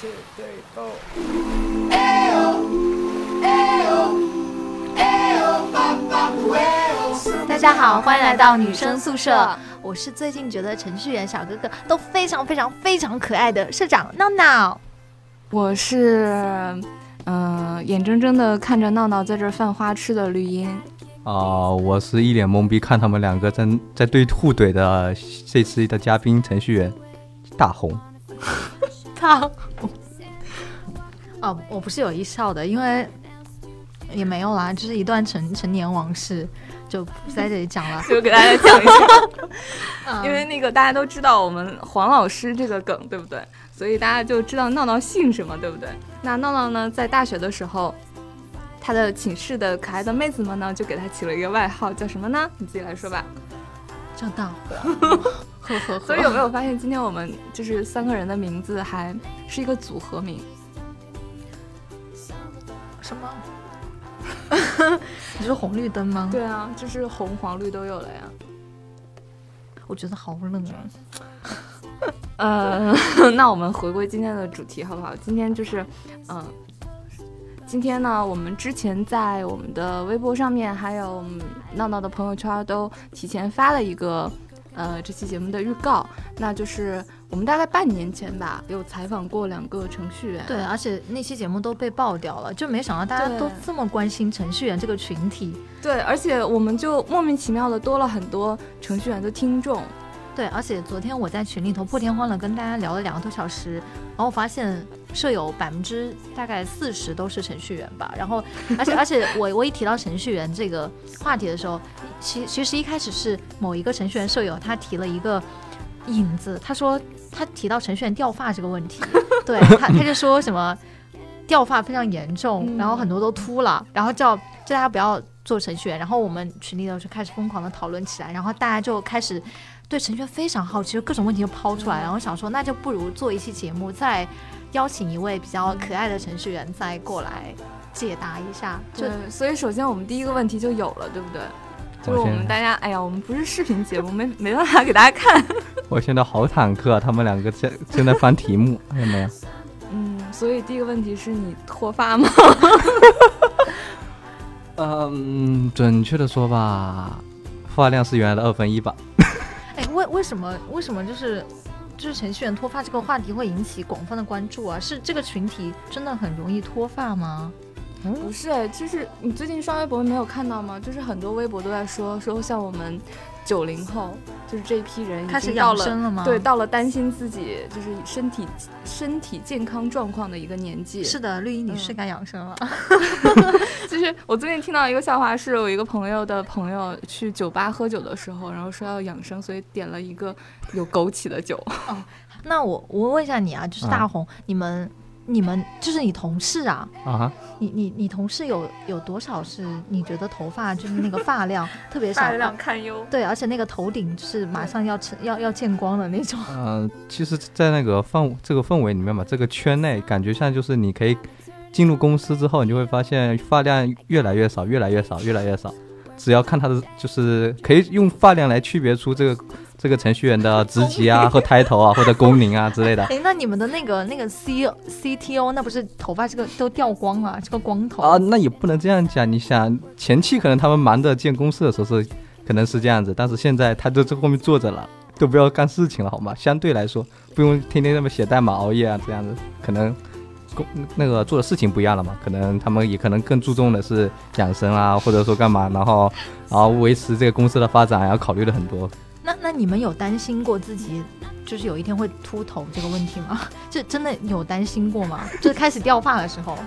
two, three, four. Ayo, 大家好，欢迎来到女生宿舍。我是最近觉得程序员小哥哥都非常非常非常可爱的社长闹闹。我是，嗯、眼睁睁的看着闹闹在这儿犯花痴的绿茵。啊、我是一脸懵逼，看他们两个在在对互怼的这次的嘉宾程序员大红。他，哦，我不是有意笑的，因为也没有啦，就是一段成成年往事，就不在这里讲了。就给大家讲一 下， 嗯因为那个大家都知道我们黄老师这个梗，对不对？所以大家就知道闹闹姓什么，对不对？那闹闹呢，在大学的时候，他的寝室的可爱的妹子们呢，就给他起了一个外号，叫什么呢？你自己来说吧。正当，呵呵所呵以。有没有发现，今天我们就是三个人的名字还是一个组合名？什么？ 你说红绿灯吗？，对啊，就是红黄绿都有了呀。我觉得好冷啊。呃， 那我们回归今天的主题好不好？今天就是，嗯、今天呢，我们之前在我们的微博上面，还有我们闹闹的朋友圈都提前发了一个，呃，这期节目的预告，那就是我们大概半年前吧，有采访过两个程序员。对，而且那期节目都被爆掉了，就没想到大家对都这么关心程序员这个群体。对，而且我们就莫名其妙的多了很多程序员的听众。对，而且昨天我在群里头破天荒的跟大家聊了两个多小时，然后发现舍友百分之大概四十都是程序员吧。然后， 而且而且我我一提到程序员这个话题的时候，其其实一开始是某一个程序员舍友他提了一个引子，他说他提到程序员掉发这个问题，对他他就说什么掉发非常严重，然后很多都秃了，然后叫叫大家不要做程序员，然后我们群里头就开始疯狂的讨论起来，然后大家就开始对程序员非常好奇，就各种问题就抛出来，然后想说那就不如做一期节目，再邀请一位比较可爱的程序员再过来解答一下，就对，所以首先我们第一个问题就有了，对不对？就是我我现们在大家，哎呀，我们不是视频节目，没没办法给大家看。我现在好忐忑啊，他们两个在正在翻题目， 看见没有？嗯，所以第一个问题是你脱发吗？ 嗯，准确的说吧，发量是原来的二分一吧。哎，为为什么为什么就是就是程序员脱发这个话题会引起广泛的关注啊？是这个群体真的很容易脱发吗？不是，就是你最近刷微博没有看到吗？就是很多微博都在说说像我们九零后，就是这一批人已开始经到养了生了吗？对，到了担心自己就是身体身体健康状况的一个年纪。是的，绿茵女嗯士该养生了。就是我最近听到一个笑话，是我一个朋友的朋友去酒吧喝酒的时候，然后说要养生，所以点了一个有枸杞的酒。那我我问一下你啊，就是嗯大红，你们你们就是你同事啊，啊哈，你你你同事有有多少是你觉得头发就是那个发量特 别少？堪忧。对，而且那个头顶就是马上要成要要见光的那种。嗯、其实，在那个氛这个氛围里面嘛，这个圈内感觉像就是你可以进入公司之后，你就会发现发量越来越少，越来越少，越来越少。只要看他的，就是可以用发量来区别出这个这个程序员的职级啊和 title 啊或者工龄啊之类的。哎，那你们的那个那个 C C T O 那不是头发这个都掉光了，这个光头啊，那也不能这样讲。你想，前期可能他们忙着建公司的时候是可能是这样子，但是现在他就在后面坐着了，都不要干事情了，好吗？相对来说，不用天天那么写代码、熬夜啊，这样子可能工那个做的事情不一样了嘛。可能他们也可能更注重的是养生啊，或者说干嘛，然后然后维持这个公司的发展啊，要考虑的很多。那那你们有担心过自己就是有一天会秃头这个问题吗？这真的有担心过吗？就是开始掉发的时候，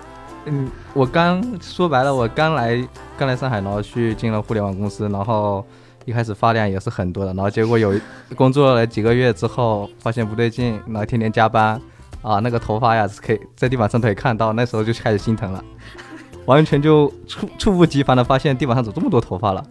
嗯，我刚说白了，我刚来刚来上海，然后去进了互联网公司，然后一开始发量也是很多的，然后结果有工作了几个月之后，发现不对劲，然后天天加班，啊，那个头发呀是可以在地板上都可以看到，那时候就开始心疼了，完全就猝猝不及防的发现地板上怎么这么多头发了。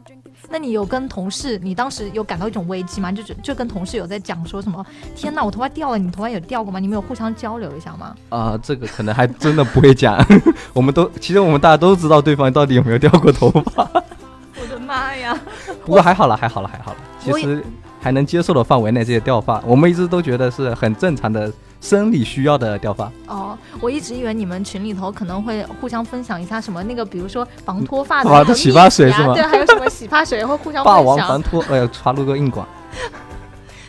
那你有跟同事，你当时有感到一种危机吗？就就就跟同事有在讲说什么？天呐，我头发掉了，你头发有掉过吗？你们有互相交流一下吗？啊、这个可能还真的不会讲， 我们都其实我们大家都知道对方到底有没有掉过头发，我的妈呀！不过还好了，还好了，还好了，其我也实还能接受的范围内这些掉发，我们一直都觉得是很正常的生理需要的掉发。哦，我一直以为你们群里头可能会互相分享一下什么那个，比如说防脱发的哇那个洗发水秘籍啊是吗对，还有什么洗发水会互相霸分王享 防。脱，哎呦，插入个硬广。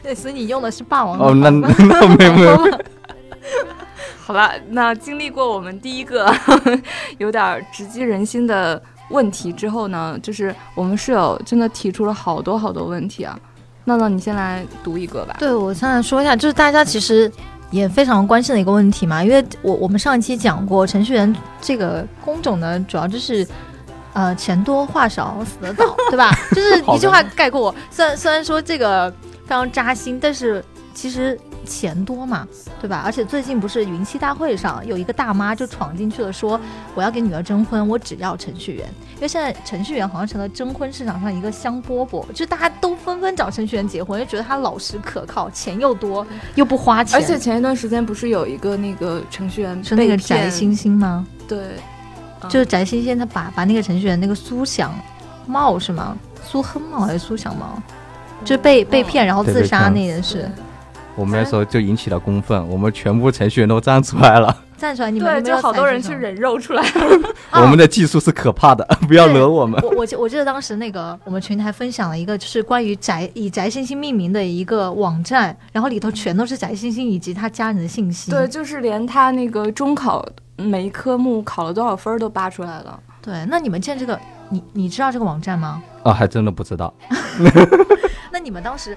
对，所以你用的是霸王的哦，那 那没有没有，好了，那经历过我们第一个 有点儿直击人心的问题之后呢，就是我们室友真的提出了好多好多问题啊。闹闹，你先来读一个吧。对，我现在说一下，就是大家其实也非常关心的一个问题嘛，因为我我们上一期讲过，程序员这个工种呢，主要就是。呃，钱多话少，死得早，对吧？就是一句话概括我。虽然虽然说这个非常扎心，但是其实钱多嘛，对吧？而且最近不是云栖大会上有一个大妈就闯进去了说，我要给女儿征婚，我只要程序员，因为现在程序员好像成了征婚市场上一个香饽饽，就是大家都纷纷找程序员结婚，就觉得他老实可靠，钱又多又不花钱，而且前一段时间不是有一个那个程序员是那个被骗嗯翟星星吗？对，就是翟星星他把把那个程序员那个苏想茂是吗？苏亨茂还是苏想茂？就是被嗯被骗然后对自被杀骗那件是事。我们那时候就引起了公愤，我们全部程序员都站出来了。站出来，你们对，你们就有好多采人访去吗人肉出来。啊我们的技术是可怕的，不要惹我们。 我我记我记得当时那个我们群里还分享了一个，就是关于宅以宅星星命名的一个网站，然后里头全都是宅星星以及他家人的信息。对，就是连他那个中考每一科目考了多少分儿都扒出来了。对，那你们建这个，你你知道这个网站吗？啊，还真的不知道。那你们当时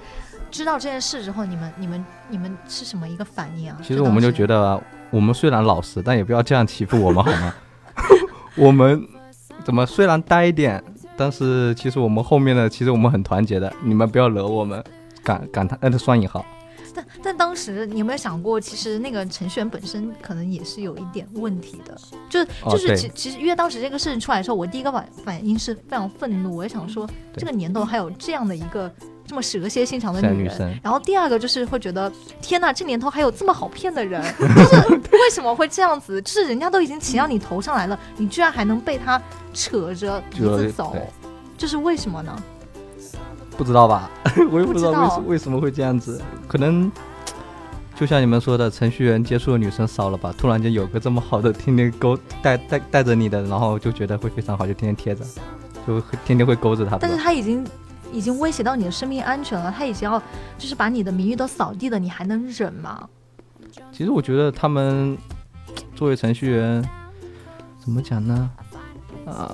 知道这件事之后，你们你们你们是什么一个反应啊？其实我们就觉得，得啊，我们虽然老实，但也不要这样欺负我们好 吗？我们怎么虽然呆一点，但是其实我们后面的，其实我们很团结的，你们不要惹我们。感感叹，呃，双引号，但但当时你有没有想过，其实那个程序员本身可能也是有一点问题的，就哦就是对其、其实因为当时这个事情出来的时候，我第一个反反应是非常愤怒，我也想说对这个年头还有这样的一个这么蛇蝎心肠的现在女女人。生然后第二个就是会觉得，天呐，这年头还有这么好骗的 人，就是为什么会这样子？就是人家都已经骑到你头上来了，你居然还能被他扯着鼻就子走对，这是为什么呢？不知道吧？ 我也不不知道知为道什为什么会这样子，可能就像你们说的，程序员接触的女生少了吧？突然间有个这么好的，天天勾带带带着你的，然后就觉得会非常好，就天天贴着，就会天天会勾着她。但是他已经已经威胁到你的生命安全了，他已经要就是把你的名誉都扫地了，你还能忍吗？其实我觉得他们作为程序员，怎么讲呢？啊，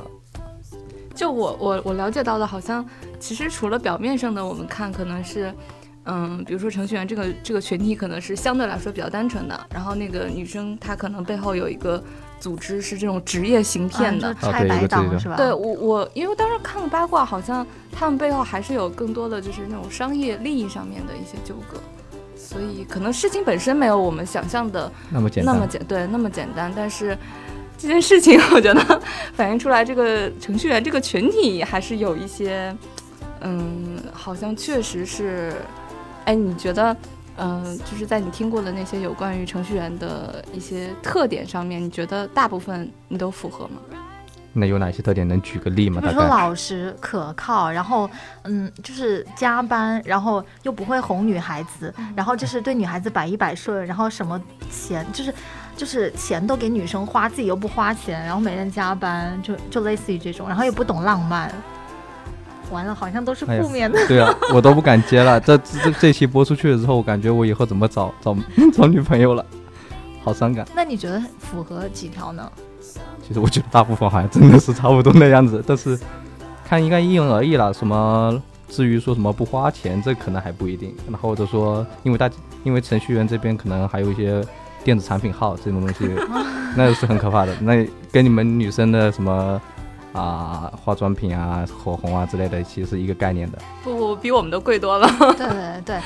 就我我我了解到的，好像其实除了表面上的，我们看可能是，嗯，比如说程序员这个这个群体可能是相对来说比较单纯的，然后那个女生她可能背后有一个组织是这种职业行骗的。啊、就啊拆对有白个党、这个是吧？对我我因为我当时看了八卦，好像他们背后还是有更多的就是那种商业利益上面的一些纠葛，所以可能事情本身没有我们想象的那么简那单么。简对那么简单，但是这件事情我觉得 反映出来，这个程序员这个群体还是有一些，嗯，好像确实是，哎，你觉得？嗯、就是在你听过的那些有关于程序员的一些特点上面，你觉得大部分你都符合吗？那有哪些特点？能举个例吗？比大如说概老实可靠，然后嗯，就是加班，然后又不会哄女孩子，然后就是对女孩子百依百顺，然后什么钱就是就是钱都给女生花，自己又不花钱，然后每天加班，就就类似于这种，然后也不懂浪漫。完了，好像都是哎呀负面的。 对啊，我都不敢接了。这这这这期播出去了之后，我感觉我以后怎么找找 找女朋友了，好伤感。那你觉得符合几条呢？其实我觉得大部分好像真的是差不多那样子，但是看应该因人而异啦。什么至于说什么不花钱，这可能还不一定。然后或者说，因为大因为程序员这边可能还有一些电子产品号这种东西，那是很可怕的。那跟你们女生的什么啊、化妆品啊、口红啊之类的，其实是一个概念的。不不，比我们都贵多 了。对对对，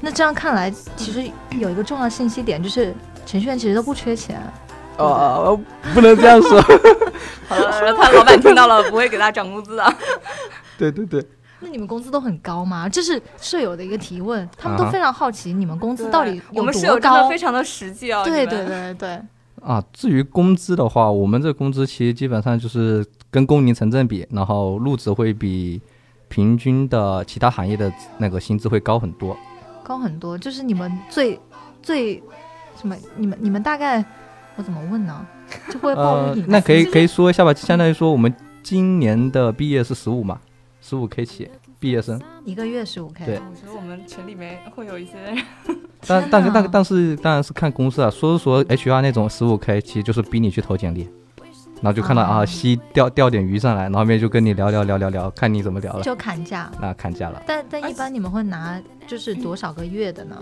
那这样看来，其实有一个重要信息点就是，程序员其实都不缺钱。啊，不能这样说。好了，然后他老板听到了不会给他涨工资啊 的。 对对对，那你们工资都很高吗？这是舍友的一个提问，他们都啊哈非常好奇你们工资到底我有们室多友真的高。非常的实际哦。对你们对对对，啊，至于工资的话，我们这工资其实基本上就是跟工龄成正比，然后入职会比平均的其他行业的那个薪资会高很多。高很多，就是你们最最什么？你们你们大概我怎么问呢？这会暴露呃你们、，那可以可以，以说一下吧，相当于说我们今年的毕业是十五嘛，十五 K 起毕业生，一个月十五 K，对我觉得我们群里面会有一些但天但哪但但是当然是看公司啊，说是说 HR 那种十五 K，其实就是逼你去投简历，然后就看到啊啊西钓钓点鱼上来，然后后面就跟你聊聊聊聊聊，看你怎么聊了，就砍价。那砍价了，但但一般你们会拿就是多少个月的呢？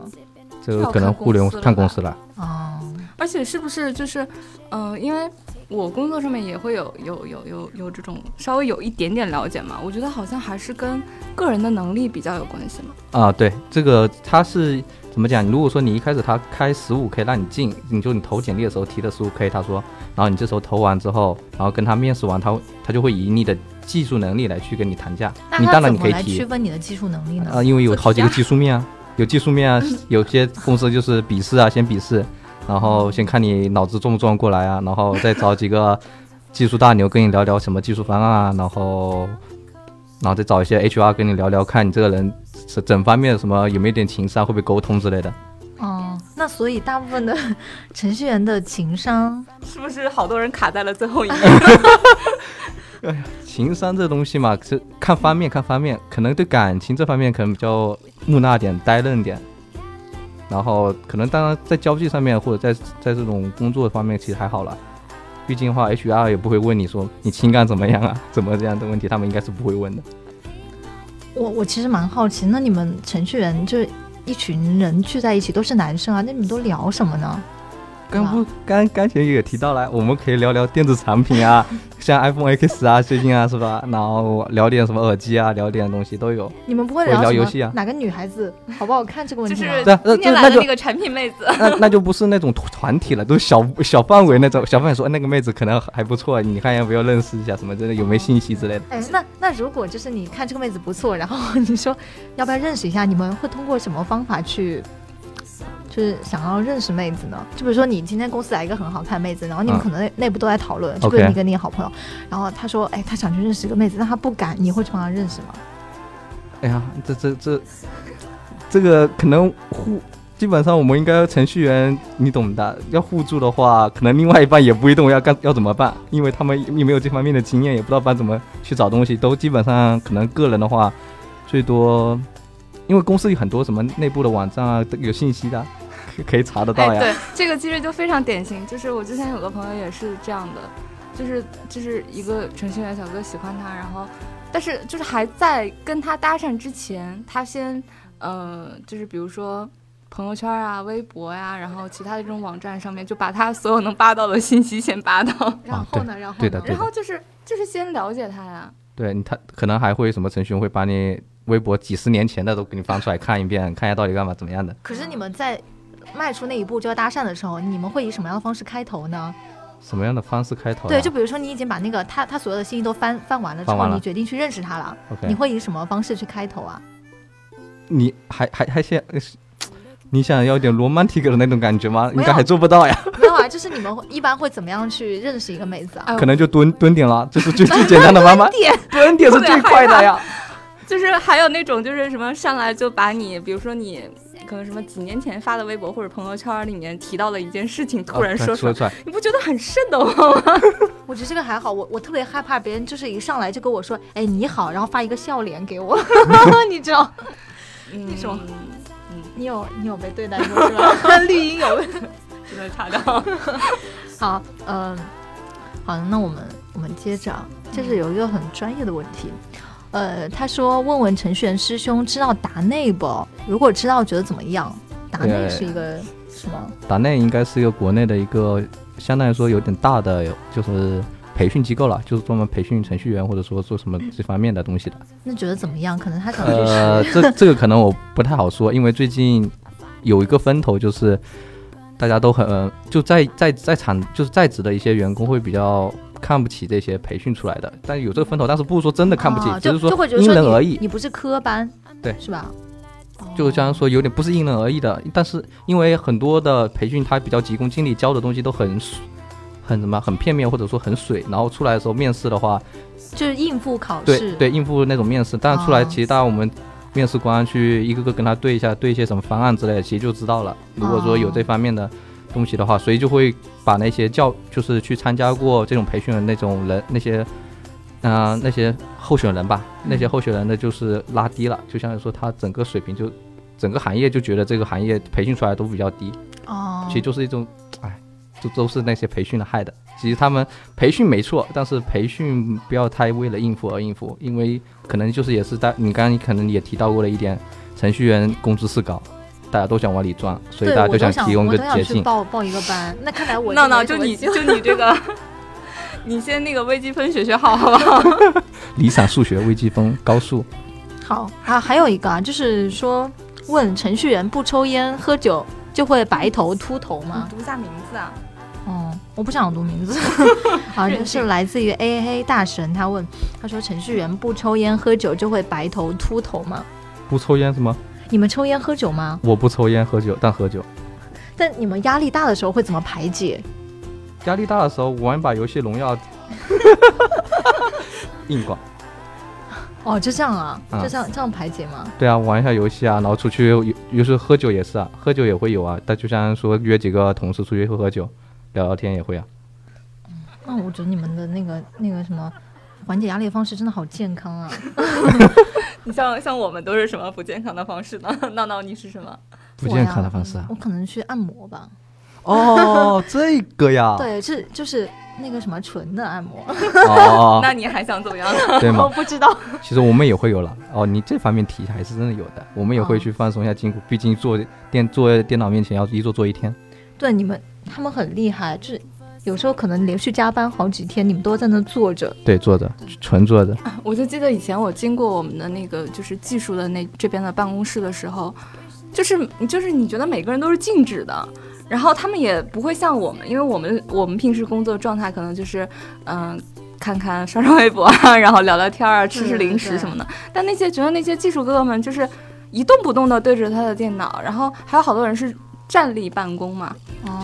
这这个要可能看互公联网司了看吧公司了，啊哦，而且是不是就是，嗯、因为我工作上面也会有有有有有这种稍微有一点点了解嘛，我觉得好像还是跟个人的能力比较有关系嘛。啊，对，这个他是怎么讲？如果说你一开始他开十五 K 让你进，你就你投简历的时候提的十五 K，他说，然后你这时候投完之后，然后跟他面试完，他会他就会以你的技术能力来去跟你谈价。那你他当然怎你么可以来区提分你的技术能力呢？啊，因为有做好几个题啊技术面啊，有技术面啊，有些公司就是笔试啊，先笔试，然后先看你脑子转不转过来啊，然后再找几个技术大牛跟你聊聊什么技术方案啊，然后。然后再找一些 HR 跟你聊聊，看你这个人整整方面什么有没有点情商，会不会沟通之类的。哦，那所以大部分的 程序员的情商，是不是好多人卡在了最后 一面？情商这东西嘛，是看方面看方面，可能对感情这方面可能比较木讷点、呆愣点，然后可能当然在交际上面或者在在这种工作方面其实还好了，毕竟的话 HR 也不会问你说你情感怎么样啊，怎么这样的问题，他们应该是不会问的。我我其实蛮好奇，那你们程序员就一群人聚在一起都是男生啊，那你们都聊什么呢？刚不刚刚前也提到了，我们可以聊聊电子产品啊，像 iPhone X 啊，最近啊是吧？然后聊点什么耳机啊，聊点东西都有。你们不会会聊聊什么游戏啊哪个女孩子好不好看这个问就题吗？是对啊那今天那来那的就那个产品妹子，那那就不是那种团体了，都是小小范围那种。小范围说哎那个妹子可能还不错，你看要不要认识一下什么之类的，有没有信息之类的。哎，那那如果就是你看这个妹子不错，然后你说要不要认识一下，你们会通过什么方法去，就是想要认识妹子呢？就比如说你今天公司来一个很好看的妹子，然后你们嗯可能内内部都在讨论，就比如 OK 你跟你好朋友，然后他说，哎，他想去认识一个妹子，但他不敢，你会帮他认识吗？哎呀，这这这这个可能互。基本上我们应该程序员，你懂的。要互助的话，可能另外一半也不一定要干要怎么办，因为他们也没有这方面的经验，也不知道该怎么去找东西。都基本上可能个人的话，最多因为公司有很多什么内部的网站啊，有信息的，可可以查得到哎，呀。对，这个其实就非常典型，就是我之前有个朋友也是这样的，就是就是一个程序员小哥喜欢他，然后但是就是还在跟他搭讪之前，他先呃就是比如说。朋友圈啊、微博呀、然后其他的这种网站上面，就把他所有能扒到的信息先扒到，然后呢，然后呢 啊对的对然后就是就是先了解他呀。对你，他可能还会什么程序员会把你微博几十年前的都给你翻出来看一遍，看一下到底干嘛怎么样的。可是你们在迈出那一步就要搭讪的时候，你们会以什么样的方式开头呢？什么样的方式开头啊？对，就比如说你已经把那个他他所有的信息都翻翻完了之翻完后，了你决定去认识他了， OK 你会以什么方式去开头啊？你还还还想，呃是你想要点 romantic 的那种感觉吗？有应该还做不到呀，没有啊，就是你们会一般会怎么样去认识一个妹子啊？。哎可能就蹲蹲点了，这是 最最简单的方啊法点蹲点是最快 的呀。就是还有那种就是什么上来就把你，比如说你可能什么几年前发的微博或者朋友圈里面提到的一件事情，突然哦说出说来，出来，你不觉得很瘆得慌吗？我觉得这个还好，我我特别害怕别人就是一上来就跟我说，哎你好，然后发一个笑脸给我，你知道？ 那种嗯，你有你有被对待过是吧？ 绿茵有被真的差 到。好，嗯、好，那我们我们接着，啊，这是有一个很专业的问题。呃，他说问问程序员师兄知道达内不？如果知道，觉得怎么样？达内呃是一个什么？达内应该是一个国内的一个相当于说有点大的，就是培训机构了，就是专门培训程序员或者说做什么这方面的东西的。那觉得怎么样？可能他想去呃，这这个可能我不太好说，因为最近有一个风头就是大家都很、呃就在在在厂就是在职的一些员工会比较看不起这些培训出来的，但有这个风头，但是不是说真的看不起，啊只就是说就会觉得因说人你而异，你不是科班，对是吧？就这样说有点不是因人而异的。但是因为很多的培训它比较急功近利，教的东西都很水很什么很片面或者说很水，然后出来的时候面试的话，哦就是应付考对试，对，应付那种面试，但出来哦其实大家我们面哦试官去一个个跟他对一下，对一些什么方案之类的，其实就知道了。如果说有这方面的东西的话，所以就会把那些教就是去参加过这种培训的那种人那些。嗯、那些候选人吧，嗯那些候选人呢，就是拉低了，就相当于说他整个水平就，整个行业就觉得这个行业培训出来都比较低，哦其实就是一种，哎，这都是那些培训的害的。其实他们培训没错，但是培训不要太为了应付而应付，因为可能就是也是大，你刚刚可能也提到过了一点，程序员工资是高，大家都想往里钻，所以对，大家我就都想提供我个都想捷去径。报报一个班，那看来我闹闹，没什就么你机会就你这 个，你先那个微积分学学好，好不好？理想数学、微积分、高数，好啊，还有一个啊，就是说问程序员不抽烟喝酒就会白头秃头吗？读一下名字啊。哦，我不想读名 字啊，这是来自于 A A 大神，他问他说程序员不抽烟喝酒就会白头秃头吗？不抽烟是吗？你们抽烟喝酒吗？我不抽烟喝酒，但喝酒。但你们压力大的时候会怎么排解？压力大的时候玩一把游戏荣耀， 硬广。哦，就这样啊，嗯就这样这样排解吗？对啊，玩一下游戏啊，然后出去有有时候喝酒也是啊，喝酒也会有啊。但就像说约几个同事出去喝喝酒，聊聊天也会啊。那我觉得你们的那个那个什么缓解压力的方式真的好健康啊！你像像我们都是什么不健康的方式呢？闹闹，你是什么？ 不健康的方式啊我。可能去按摩吧。 哦，这个呀。对，是就是那个什么纯的按摩， 哦哦那你还想怎么样？哦，对我嘛。不知道。其实我们也会有了。哦，你这方面提还是真的有的。我们也会哦去放松一下筋骨，毕竟坐电坐在电脑面前要一坐坐一天。对，你们他们很厉害，就是有时候可能连续加班好几天，你们都在那坐着。对，坐着，纯坐着。啊我就记得以前我经过我们的那个就是技术的那这边的办公室的时候，就是就是你觉得每个人都是静止的，然后他们也不会像我们，因为我们我们平时工作状态可能就是嗯。看看刷刷微博啊，然后聊聊天啊，吃吃零食什么的。但那些觉得那些技术哥哥们就是一动不动的对着他的电脑，然后还有好多人是站立办公嘛，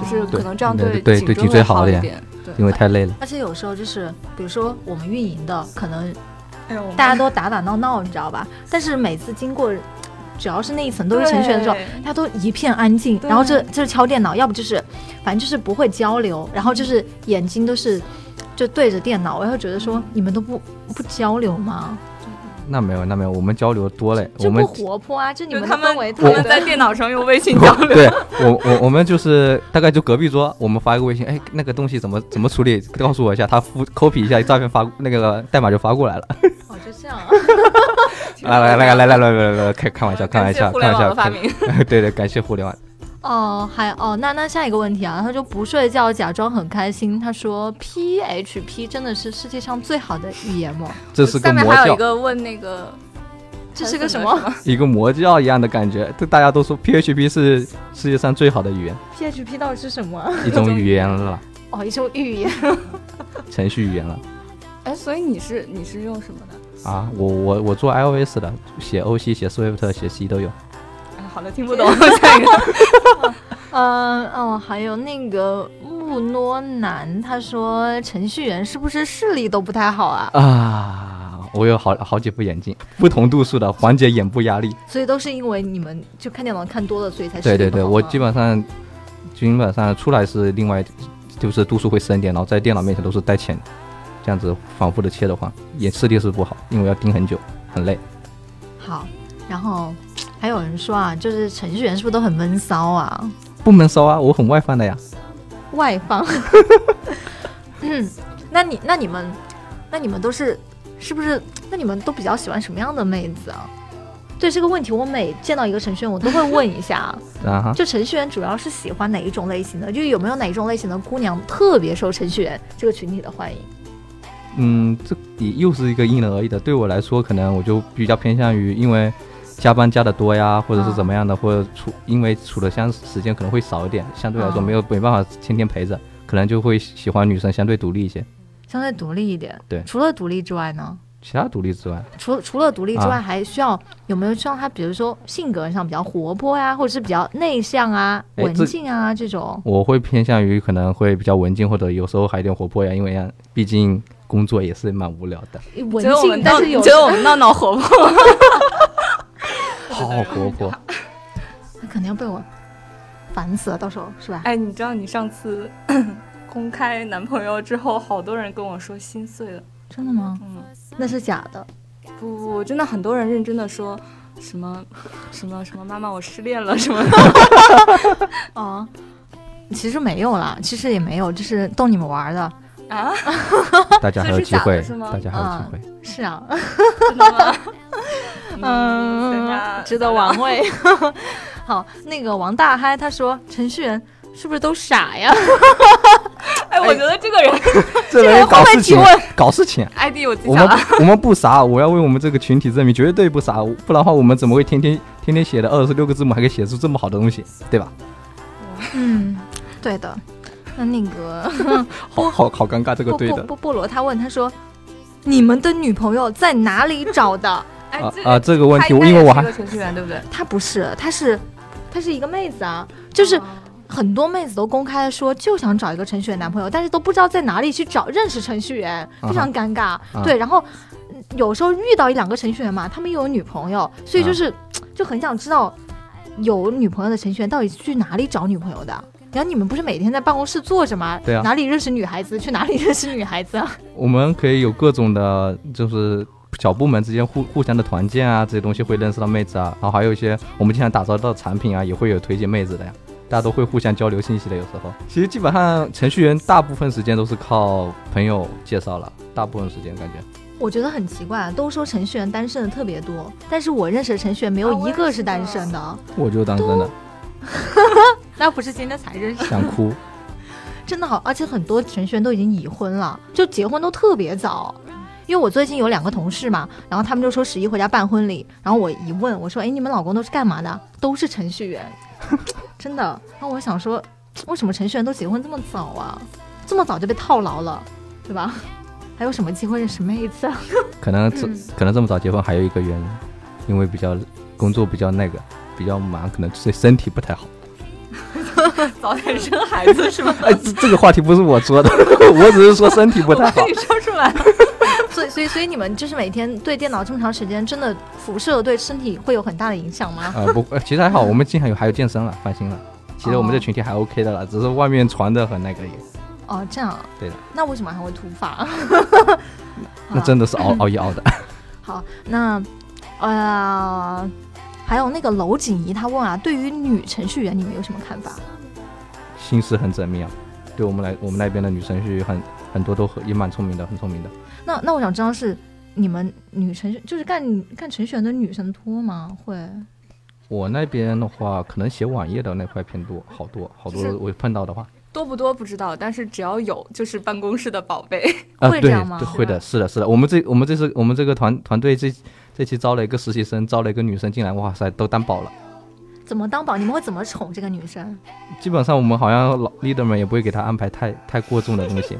就是可对能这样对对对对颈颈椎椎好好一一点点。哦对因为太累了。而且有时候就是，比如说我们运营的，可能哎呦我们大家都打打闹闹，你知道吧？但是每次经过，只要是那一层都是程序员的时候对，大家都一片安静，对然后这就是敲电脑，要不就是，反正就是不会交流，然后就是眼睛都是就对着电脑，我会觉得说你们都不不交流吗？那没有，那没有，我们交流多嘞。我就们不活泼啊，就你就们的他氛围们他特别们在电脑上用微 信交流。对我我我们就是大概就隔壁桌，我们发一个微信，哎，那个东西怎么怎么处理，告诉我一下，他复 copy 一下照片发那个代码就发过 来了。哦，就这样、啊。 来来来来来来来来，开开玩笑，开玩笑，呃互开联玩网的笑发，明。开 对对，感谢互联网。哦，还哦，那那下一个问题啊，他说不睡觉假装很开心，他说 PHP 真的是世界上最好的语言哦吗？这是个下面魔还有一教，个问那个， 这是个什么一个魔教一样的感觉。这大家都说 PHP 是世界上最好的语言， ？PHP 到底是什么？ 一种语言了，哦，一种语言。程序语言了哎，所以你是你是用什么的？啊！我我我做 iOS 的，写 OC、写 Swift、写 C 都有。哎，好的，听 不懂。下一个，嗯哦，还有那个木诺南，他说程序员是不是视力都不太好啊？啊，我有好好几副眼镜，不同度数的缓解眼部压力。所以都是因为你们就看电脑看多了，所以才视对力对不对，好我吗基本上基本上出来是另外就是度数会深一点，然后在电脑面前都是带浅，这样子反复的切的话，眼视力是不好，因为要盯很久，很累。好。然后还有人说啊，就是程序员是不是都很闷骚啊？不闷骚啊，我很外放的呀。外放。嗯，那你那你们那你们都是是不是？那你们都比较喜欢什么样的妹子啊？对这个问题，我每见到一个程序员，我都会问一下，啊哈，就程序员主要是喜欢哪一种类型的？就有没有哪一种类型的姑娘特别受程序员这个群体的欢迎？嗯，这也又是一个因人而异的。对我来说，可能我就比较偏向于因为。加班加的多呀，或者是怎么样的，或者处因为处的相时间可能会少一点，相对来说哦没有没办法天天陪着，可能就会喜欢女生相对独立一些。相对独立一点，对除了独立之外呢？其他独立之外，除除了独立之外，啊还需要有没有像他，比如说性格上比较活泼呀、或者是比较内向啊、哎文这静啊这种？我会偏向于可能会比较文静，或者有时候还有点活泼呀，因为呀毕竟工作也是蛮无聊的，文觉得我静，们但闹，是有觉得我们闹闹活 泼。好活泼。 那肯定要被我。烦死了，到时候是吧？哎，你知道你上次 公开男朋友之后，好多人跟我说心碎了。真的吗？嗯，那是假的，不不不，真的很多人认真的说什么什么什么妈妈我失恋了什么的。 哦，其实没有啦，其实也没有，就是逗你们玩儿的。啊，大家还有机这是假的会是，吗大家还有机会。是啊，真的 吗？嗯大家嗯，值得啊玩味。好，那个王大嗨他说，程序员是不是都傻呀？哎，我觉得这个人这人搞事 情，搞事情。 ID 我记我下们了。不我们不傻，我要为我们这个群体证明，绝对不傻，不然的话我们怎么会天天天天写的二十六个字母还可以写出这么好的东西，对吧？嗯，对的。那那个好好好尴尬，这个菠对菠的菠菠萝他问他说，你们的女朋友在哪里找的？哎啊这个啊！这个问他题，应我该因也为是我一还个程序员对不对？她不是，她是，她是一个妹子啊，就是嗯很多妹子都公开说就想找一个程序员男朋友，但是都不知道在哪里去找认识程序员，啊哈非常尴尬。啊对，然后嗯有时候遇到一两个程序员嘛，他们又有女朋友，所以啊就是、就很想知道有女朋友的程序员到底去哪里找女朋友的。然后你们不是每天在办公室坐着吗？对啊哪里认识女孩子去哪里认识女孩子啊？ 我们可以有各种的，就是小部门之间互互相的团建啊，这些东西会认识到妹子啊，然后还有一些我们经常打造到的产品啊，也会有推荐妹子的呀。大家都会互相交流信息的，有时候其实基本上程序员大部分时间都是靠朋友介绍了，大部分时间感觉。我觉得很奇怪，都说程序员单身的特别多，但是我认识的程序员没啊有我一也个是是单的身的，我就当真的那不是今天才认识。想哭，真的好，而且很多程序员都已经已婚了，就结婚都特别早。因为我最近有两个同事嘛，然后他们就说十一回家办婚礼，然后我一问，我说：“哎，你们老公都是干嘛的？都是程序员， 真的。”然后我想说，为什么程序员都结婚这么早啊？这么早就被套牢了，对吧？ 还有什么机会认识妹子啊？ 可能这、可能这么早结婚还有一个原因，因为比较工作比较那个比较忙，可能对身体不太好。早点生孩 子是吗？哎，这这个话题不是我说的， 我只是说身体不太好被。你说出来了。所以，所以，所以你们就是每天对电脑这么长时间，真的辐射对身体会有很大的影响吗？呃，不，呃其实还好，我们经常有还有健身了，放心了。其实我们这群体还 OK 的了，只是外面传的很那个也，哦，这样，对的，那为什么还会突发？ 啊那真的是熬熬夜熬的。好，那呃，还有那个娄锦怡，她问啊，对于女程序员，你们有什么看法？心思很缜密啊，对我们来我们那边的女生是很很多都很也蛮聪明的，很聪明的。那那我想知道是你们女程序，就是干干程序员的女生多吗？会我那边的话，可能写网页的那块偏多，好多好多就是我碰到的话， 多不多不知道，但是只要有就是办公室的宝贝。 啊，会对，这样吗对会的，是的，是的。我们这我们这次我们这个团团队这这期招了一个实习生，招了一个女生进来，哇塞，都担保了。怎么当宝？你们会怎么宠这个女生？基本上我们好像老 leader 们也不会给她安排太太过重的 东西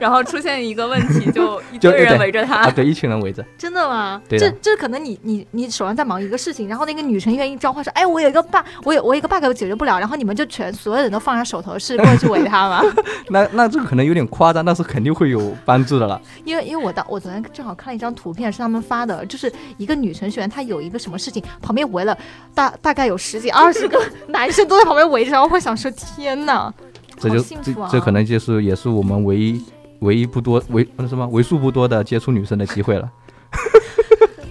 然后出现一个问题， 就一就堆人对围着啊，他。对，一群人围着。真的吗？对这的这可能你你你手上在忙一个事情，然后那个女程序员一召唤说，哎，我有一个 bug，我有我有一个 bug 解决不了，然后你们就全所有人都放下手头试过去 围她吗？那那这个可能有点夸张，但是肯定会有帮助的了。因为因为我当我昨天正好看了一张图片，是他们发的，就是一个女程序员，她有一个什么事情，旁边围了大大概有十几二十个 男生都在旁边围着，然后会想说天哪，这好就、幸这福啊！这可能就是也是我们唯一唯一不多唯呃什么为数不多的接触女生的机会了。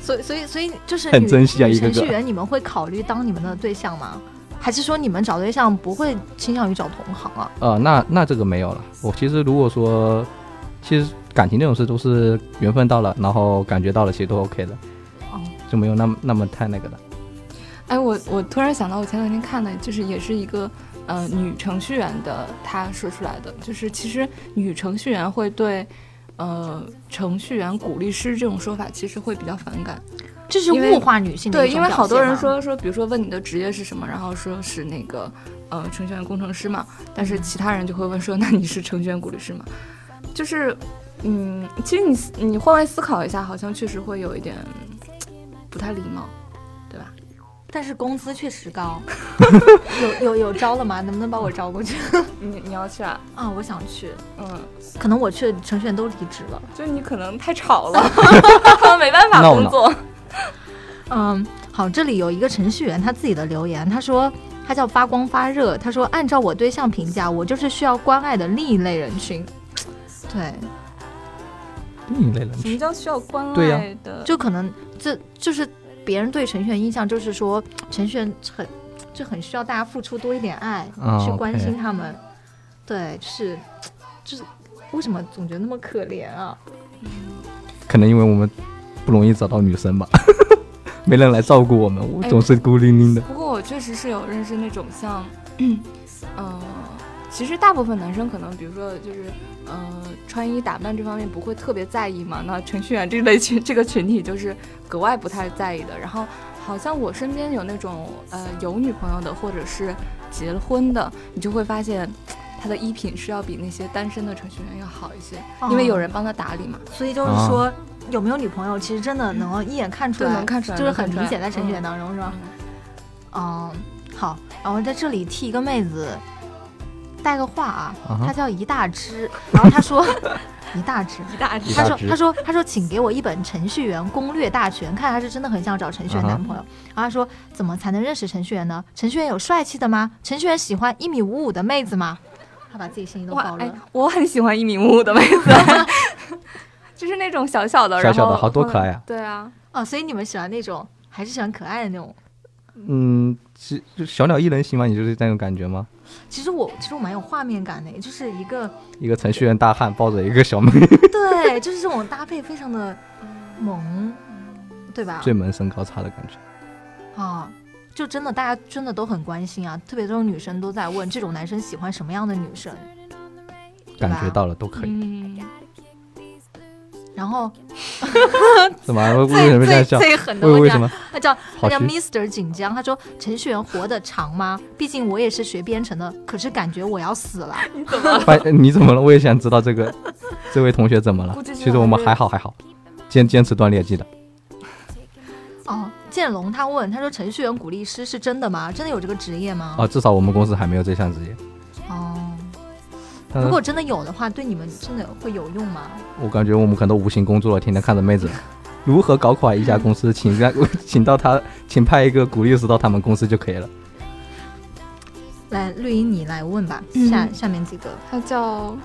所以所以所以就是很女珍惜啊女一个程序个员，你们会考虑当你们的对象吗？还是说你们找对象不会倾向于找同行啊？呃，那那这个没有了。我其实如果说，其实感情这种事都是缘分到了，然后感觉到了，其实都 OK 的，哦，就没有那么那么太那个的。哎，我我突然想到，我前两天看的，就是也是一个呃女程序员的，她说出来的，就是其实女程序员会对。呃，程序员鼓励师这种说法其实会比较反感，这是因为物化女性的对，一因种为表好多现人吗说说，比如说问你的职业是什么，然后说是那个呃程序员工程师嘛，但是其他人就会问说，那你是程序员鼓励师吗？就是，嗯，其实你思你换位思考一下，好像确实会有一点不太礼貌，对吧？但是工资确实 高，有有有招了吗？能不能把我招过去你你要去啊？啊？我想去，嗯，可能我去的程序员都离职了。就你可能太吵 了，没办法闹工作。嗯，好，这里有一个程序员他自己的留言，他说他叫发光发热。他说，按照我对象评价，我就是需要关爱的另一类人群。对，呃另一类人什群么。叫需要关对呀爱的？就可能这就是别人对程序员印象，就是说程序员很就很需要大家付出多一点爱，啊去关 OK 心他们。对，是，就是为什么总觉得那么可怜啊？可能因为我们不容易找到女生吧， 没人来照顾我们，我哎总是孤零零的。不过我确实是有认识那种像， 嗯、其实大部分男生可能，比如说就是，呃，穿衣打扮这方面不会特别在意嘛。那程序员这类群这个群体就是格外不太在意的。然后好像我身边有那种呃有女朋友的，或者是结了婚的，你就会发现。他的衣品是要比那些单身的程序员要好一些，因为有人帮他打理嘛，哦所以就是啊说，有没有女朋友，其实真的能够一眼看出对，来，能看出来，就是能看很出明来显在程序员当中是吧？嗯嗯，好，然后在这里替一个妹子带个话啊嗯啊哈，她叫一大只，然后她 说一大只。一大一只大她说只：“她说她说，请给我一本《程序员攻略大全》，看她是真的很想找程序嗯员啊哈男朋友。然后她说：“怎么才能认识程序员呢？程序员有帅气的吗？程序员喜欢一米五五的妹子吗？”她把自己心里都哇暴，露哎了。，我很喜欢一米五五的妹子， 就是那种小小的，小然小的后好多嗯可爱啊对啊，哦，所以你们喜欢那种，还是喜欢可爱的那种？嗯，其就小鸟依人行吗？你就是那种感觉吗？其实我其实我蛮有画面感的，就是一个一个程序员大汉抱着一个小妹， 对，就是这种搭配非常的萌，对吧？最萌身高差的感觉。啊，就真的大家真的都很关心啊，特别这种女生都在问这种男生喜欢什么样的女生，对感吧觉。到了都可以，嗯，然后怎么？为为什最么这最样笑？最狠的为问为题啊，什么？他叫他好叫虚 Mr 锦江，他说程序员活得长吗？毕竟我也是学编程的，可是感觉我要死了。发你怎么了？我也想知道这个，这位同学怎么了估计？是其实啊我们还好还好，坚坚持锻炼，记得。哦，建龙他问他说程序员鼓励师是真的吗？真的有这个职业吗？哦，至少我们公司还没有这项职业。哦，嗯如果真的有的话，对你们真的会有用吗？我感觉我们可能都无形工作了，天天看着妹子。如何搞垮一家公司？请让 请到他，请派一个鼓励师到他们公司就可以了。来，绿茵你来问吧，嗯下下面几个他叫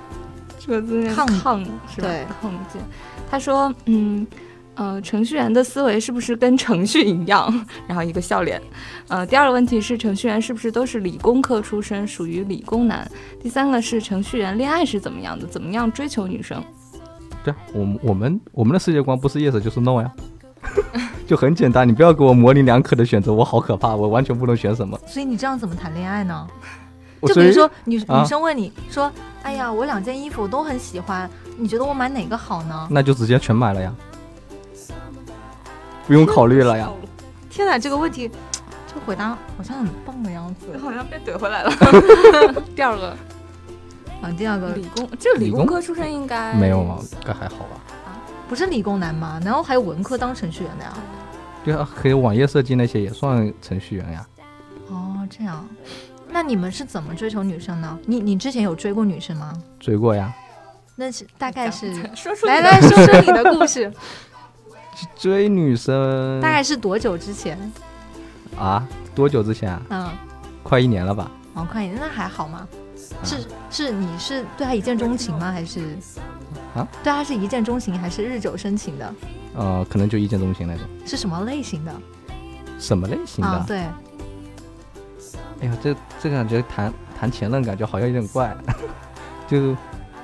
这个字念抗抗是吧对？抗键。他说，嗯。呃，程序员的思维是不是跟程序一样？ 然后一个笑脸。呃，第二个问题是，程序员是不是都是理工科出身，属于理工男？第三个是，程序员恋爱是怎么样的？怎么样追求女生？对啊，我们我们我们的世界观不是 yes 就是 no 呀， 就很简单。你不要给我模棱两可的选择，我好可怕，我完全不能选什么。所以你这样怎么谈恋爱呢？我就比所以如说女、啊女生问你说：“哎呀，我两件衣服都很喜欢，你觉得我买哪个好呢？”那就直接全买了呀，不用考虑 了呀。天哪，这个问题这个回答好像很棒的样子。好像被怼回来 了。第二个，啊，第二个理工，这呃理理工工科出身应该没有啊，应该还好吧？不是理工男吗？然后还有文科当程序员的呀？对啊，还有网页设计那些也算程序员呀。哦，这样。那你们是怎么追求女生呢？你你之前有追过女生吗？追过呀，那是大概是 说出来来说说你的故事，追女生大概是多久之前？啊，多久之前啊？嗯，快一年了吧？哦，快一点，那还好吗？啊是是，你是对他一见钟情吗？还是啊？对他是一见钟情还是日久生情的？呃，可能就一见钟情那种。是什么类型的？什么类型的？啊，对，哎呀，这这感觉谈谈前任感觉好像有点怪， 就，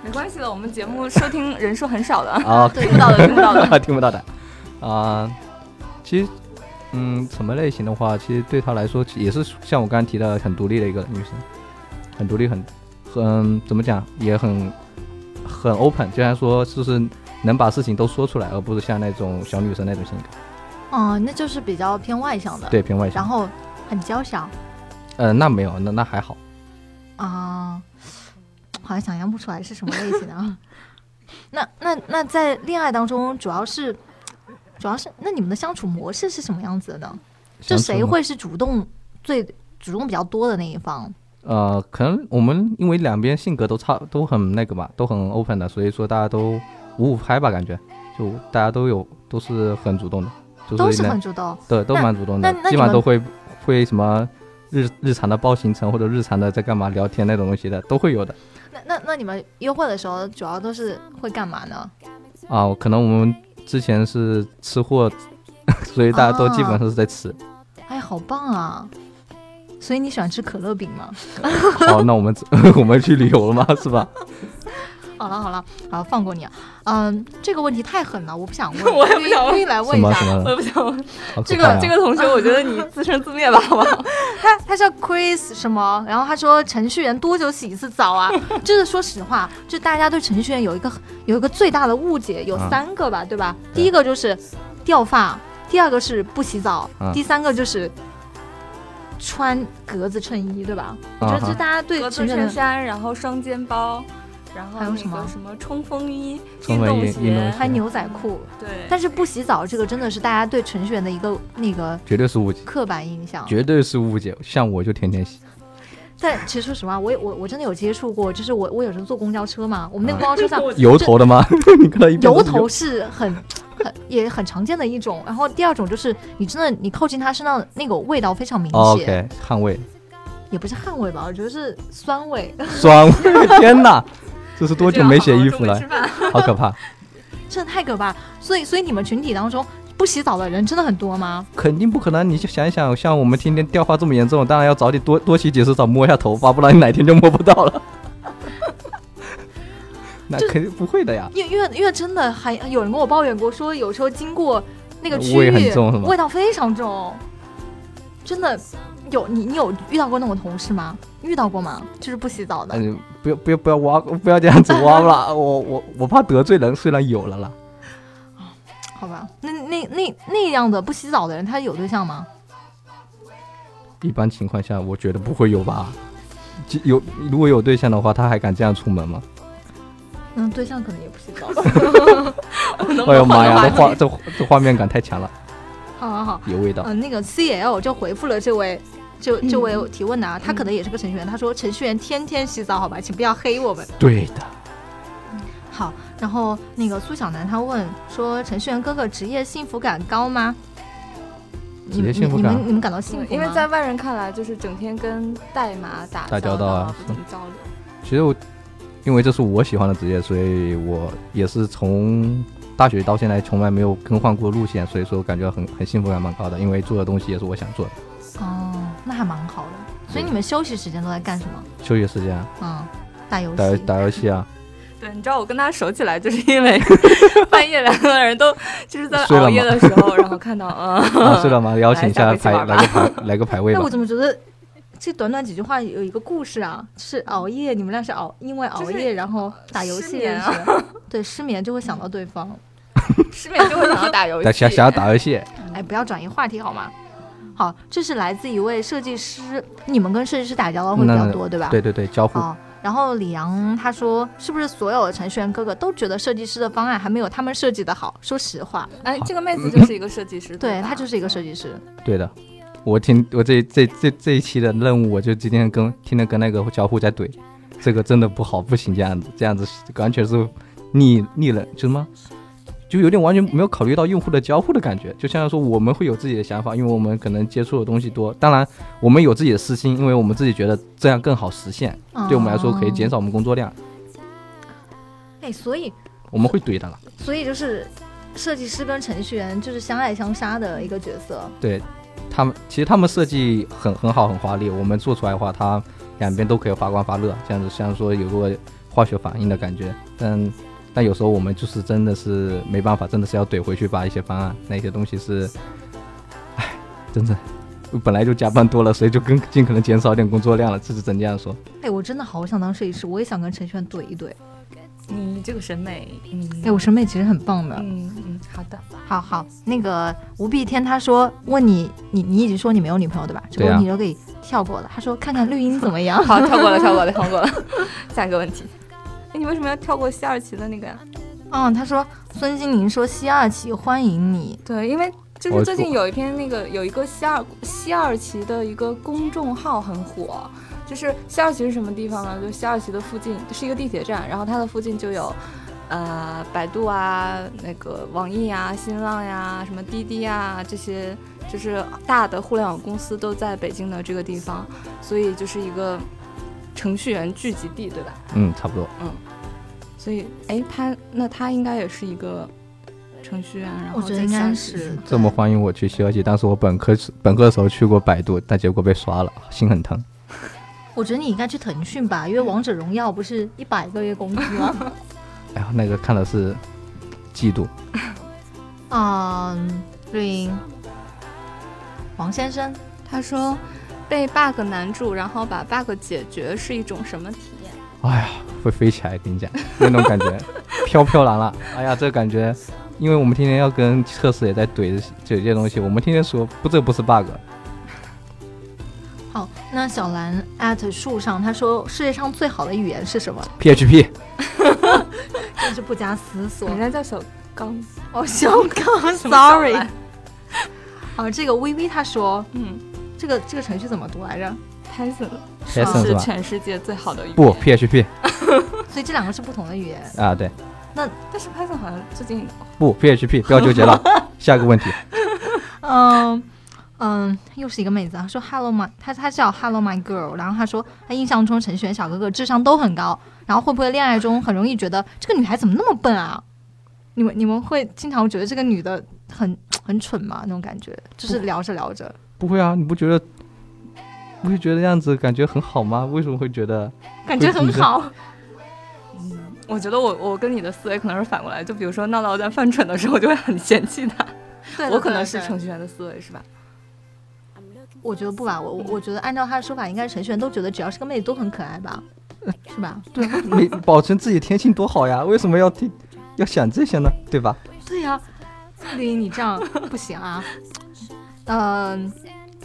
没关系的，我们节目收听人数很少的啊， 对 听不到的，听不到 的。 听不到的啊。其实，嗯，什么类型的话，其实对他来说也是像我刚刚提的，很独立的一个女生，很独立，很很怎么讲，也很很 open，就像说就是能把事情都说出来，而不是像那种小女生那种性格。哦，那就是比较偏外向的，对，偏外向。然，后很娇小呃，那没有，那那还好。啊，好像想象不出来是什么类型的啊。 那那那在恋爱当中，主要是主要是那你们的相处模式是什么样子的呢？就相处谁呢会是主动最主动比较多的那一方？呃，可能我们因为两边性格都差，都很那个吧，都很 open 的，所以说大家都五五开吧，感觉就大家都有都是很主动的，就是都是那很主动。对都那蛮主动的那那，你基本上们都会会什么日日常的报行程或者日常的在干嘛聊天那种东西的都会有的那那那你们约会的时候主要都是会干嘛呢？啊。可能我们之前是吃货， 所以大家都基本上是在吃。哎，好棒啊！所以你喜欢吃可乐饼吗？好，那我们 我们去旅游了吗？是吧？好了好了，好放过你啊。嗯，这个问题太狠了，我不想问， 我也不故意想问故意来问什一么下什。么我的？也 不想问好可这怕个呀这个同学，我觉得你自生自 灭吧，好不好？他他叫 Chris 什么？然后他说程序员多久洗一次澡啊？ 就是说实话，就大家对程序员有一个有一个最大的误解，有嗯三个吧，对吧？对第一个就是掉发，第二个是不洗澡，嗯第三个就是穿格子衬衣，对吧？我觉啊得就哈，大家对格子程序员衬的衫，然后双肩包，然后还有那什么个什么冲锋衣、冲运锋动衣运动鞋鞋，还有牛仔裤，对，但是不洗澡这个真的是大家对程序员的一个那个绝对是误解，刻板印象。绝对是误解。像我就天天洗，但其实说实话，我也我我真的有接触过，就是我我有时候坐公交车嘛，我啊们那个公交车上油头的吗？ 你看到一边都油是头是很很也很常见的一种，然后第二种就是你真的你靠近它身上那个味道非常明显，哦，OK，捍卫也不是汗味吧，我觉得是酸味。 酸味， 天哪！这是多久没洗衣服了这？个好好中午吃饭好可怕！这太可怕。所以，所以你们群体当中不洗澡的人真的很多吗？肯定不可能！你就想一想，像我们天天掉发这么严重，当然要早点多多洗几次澡，摸一下头发，不然你哪天就摸不到 了。那肯定不会的呀，因为因为因为真的还有人跟我抱怨过，说有时候经过那个区域，呃味很重是吗味道非常重，真的有你你有遇到过那种同事吗？遇到过吗？就是不洗澡的，那你不要不要不要挖，不要这样子挖 了，我我我怕得罪人，虽然有了啦，好吧？那那那那样的不洗澡的人，他有对象吗？一般情况下我觉得不会有吧。即有如果有对象的话，他还敢这样出门吗？嗯，对象可能也不洗澡。能不哎呦能妈换呀，个这话画题？这这画面感太强了， 好好好，有味道嗯、。那个 C L 就回复了这位。就这位提问的啊，他可能也是个程序员。他说：“程序员天天洗澡，好吧，请不要黑我们。”对的，好，然后那个苏小楠他问说：“程序员哥哥职业幸福感高吗？”职业幸福你感你们你们感到幸福吗？因为在外人看来，就是整天跟代码打打交道道啊不怎么交流。其实我因为这是我喜欢的职业，所以我也是从大学到现在从来没有更换过路线，所以说感觉很很幸福感蛮高的，因为做的东西也是我想做的。哦，那还蛮好的。所以对你们休息时间都在干什么？休息时间啊嗯，打游戏。打打游戏啊，对，你知道我跟他熟起来，就是因为 半夜两个人都就是在睡了熬夜吗的时候，然后看到嗯，啊睡了吗？邀请一下来下排回一起玩吧来个排来个排位那吧我。怎么觉得这短短几句话有一个故事啊？是熬夜，你们俩是熬因为熬夜、就是然后打游失戏眠认啊识的， 对失眠就会想到对方。 失眠就会想要打游但戏想。想要打游戏，嗯哎，不要转移话题好吗？好，这是来自一位设计师，你们跟设计师打交道会比那较那多，对吧？对对对，交互哦，然后李阳他说，是不是所有的程序员哥哥都觉得设计师的方案还没有他们设计的好？说实话，哎，这个妹子就是一个设计师，对吧他就是一个设计师。对的。我听我这这这这一期的任务，我就今天跟天天跟那个交互在怼，这个真的不好，不行这样子，这样子完全是逆逆人，就是什么？就有点完全没有考虑到用户的交互的感觉。就像说我们会有自己的想法，因为我们可能接触的东西多，当然我们有自己的私心，因为我们自己觉得这样更好实现，嗯对我们来说可以减少。少我们工作量，哎，所以我们会怼的啦。所以就是设计师跟程序员就是相爱相杀的一个角色。对他们，其实他们设计很很好，很华丽。我们做出来的话，它两边都可以发光发热，这样子像说有个化学反应的感觉。但但有时候我们就是真的是没办法，真的是要怼回去把一些方案那些东西是，唉，真的本来就加班多了，所以就更尽可能减少点工作量了，这是真这样说。哎，我真的好想当设计师，我也想跟程序员怼一怼。你这个审美，嗯，哎，我审美其实很棒的。嗯嗯，好的，。好好，那个吴碧天他说问你，你你已经说你没有女朋友对吧？这个对啊问题就可以跳过了。他说看看绿茵怎么 样好，跳过了，跳过了，跳过了， 下一个问题。哎，你为什么要跳过西二旗的那个呀？嗯，他说孙金宁说西二旗欢迎你。对，因为就是我最近我有一篇那个有一个西二西二旗的一个公众号很火，就是西二旗是什么地方呢？就西二旗的附近，就是一个地铁站，然后它的附近就有。呃百度啊、那个网易啊、新浪呀、什么滴滴啊这些，就是大的互联网公司都在北京的这个地方，所以就是一个程序员聚集地，对吧？嗯，差不多。所以，哎，他那他应该也是一个程序员，然后我觉得在应下该面是这么欢迎我去西游记，当时我本科时本科的时候去过百度，但结果被刷了，心很疼。我觉得你应该去腾讯吧，因为王者荣耀不是一百个月工资 吗？哎呀，那个看的是嫉妒。嗯，绿茵，王先生，他说被 bug 难住，然后把 bug 解决是一种什么体验？哎呀，会飞起来，跟你讲，那种 感觉飘飘然了。哎呀，这感觉，因为我们天天要跟测试也在怼怼这些东西，我们天天说不，这不是 bug，好，那小兰 at 树上，他说世界上最好的语言是什么？ PHP，真是不加思索人。家叫小刚，哦，小刚 什么小，sorry 兰。啊，这个微微他说嗯这个这个程序怎么读来着？ ，Python 啊 Python 是是吧全世界最好的语言。不，PHP 所以这两个是不同的语言。啊，对，但是 Python 好像最近不 PHP，不要纠 结了。下个问题，嗯嗯，又是一个妹子，她说 Hello my，她她叫 Hello my girl，然后她说她印象中程序员小哥哥智商都很高，然后会不会恋爱中很容易觉得这个女孩怎么那么笨啊？你们你们会经常觉得这个女的很很蠢吗？那种感觉，就是聊着聊着，不会啊，你不觉得？不会觉得这样子感觉很好吗？为什么会觉得？感觉很好。我觉得我我跟你的思维可能是反过来，就比如说闹闹在犯蠢的时候，我就会很嫌弃他。对我可能是，对对程序员的思维是吧？我觉得不吧，我我我觉得按照她的说法，应该程序员都觉得只要是个妹子都很可爱吧， 是吧？对没保存自己天性多好呀？为什么要听要想这些呢？对吧？对呀、丽颖，你这样不行啊。 嗯、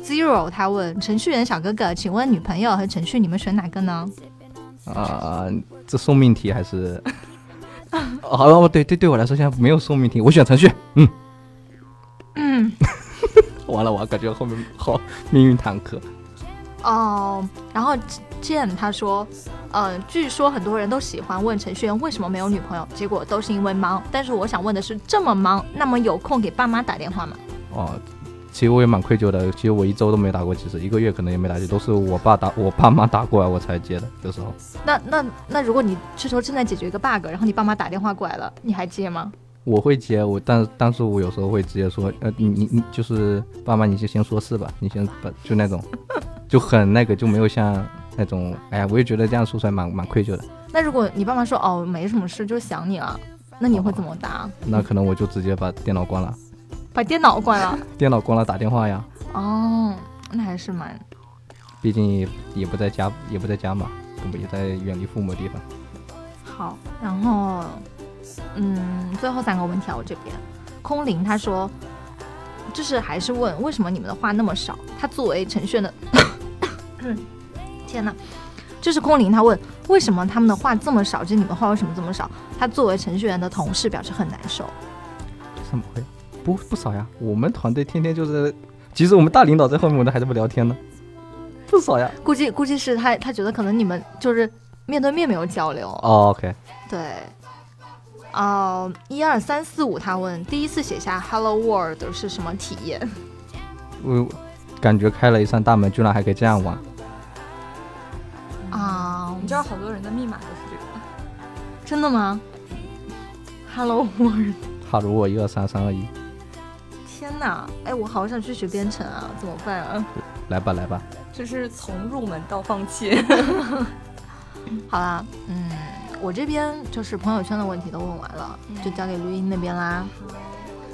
z e r o 他问程序员小哥哥，请问女朋友和程序你们选哪个呢？啊、这送命题还 是？啊好了，对对，对我来说现在没有送命题，我选程序。嗯嗯， 完了，我感觉后面好命运坎坷。哦，然后 Jane 他说，呃，据说很多人都喜欢问程序员为什么没有女朋友，结果都是因为忙。但是我想问的是，这么忙，那么有空给爸妈打电话吗？哦，其实我也蛮愧疚的，其实我一周都没打过几次，一个月可能也没打几次，都是我爸打 我爸妈打过来我才接的，有时候那那那，如果你这时候正在解决一个 bug，然后你爸妈打电话过来了，你还接吗？我会接，我但但是我有时候会直接说，呃，你你你就是爸妈，你就先说事吧，你先把就那种，就很那个，就没有像那种，哎呀，我也觉得这样说出来蛮蛮愧疚的。那如果你爸妈说哦没什么事，就是想你了，那你会怎么答？那可能我就直接把电脑关了，把电脑关了。电脑关了打电话呀，哦，那还是蛮……毕竟也也不在家，也不在家嘛，我们也在远离父母的地方。好，然后，嗯，最后三个问题啊，我这边，空灵他说，就是还是问为什么你们的话那么少？他作为程序员的，天哪，就是空灵他问为什么他们的话这么少，就是你们话为什么这么少？他作为程序员的同事表示很难受。怎么会？不不少呀，我们团队天天就是，即使我们大领导在后面，我们还在不聊天呢，不少呀。估计估计是他他觉得可能你们就是面对面没有交流。哦、o k 对，哦、一二三四五，他问第一次写下 “Hello World” 是什么体验？我感觉开了一扇大门，居然还可以这样玩。 啊、你知道好多人的密码都是这个。真的吗？Hello World，哈鲁我一二三三二一，天哪！哎，我好想去学编程啊，怎么办啊？来吧来吧，就是从入门到放弃。好啦，嗯，我这边就是朋友圈的问题都问完了，就交给录音那边啦。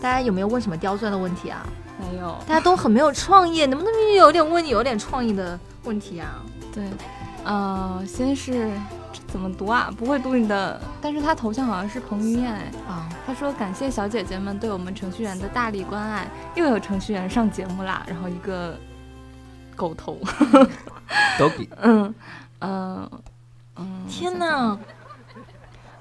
大家有没有问什么刁钻的问题啊？没有，大家都很没有创意，能不能有点问有点创意的问题啊？对，呃，先是这怎么读啊？不会读你的，但是他头像好像是彭于晏哎。 啊、他说感谢小姐姐们对我们程序员的大力关爱，又有程序员上节目啦。然后一个狗头， 都给嗯，呃，嗯，天哪！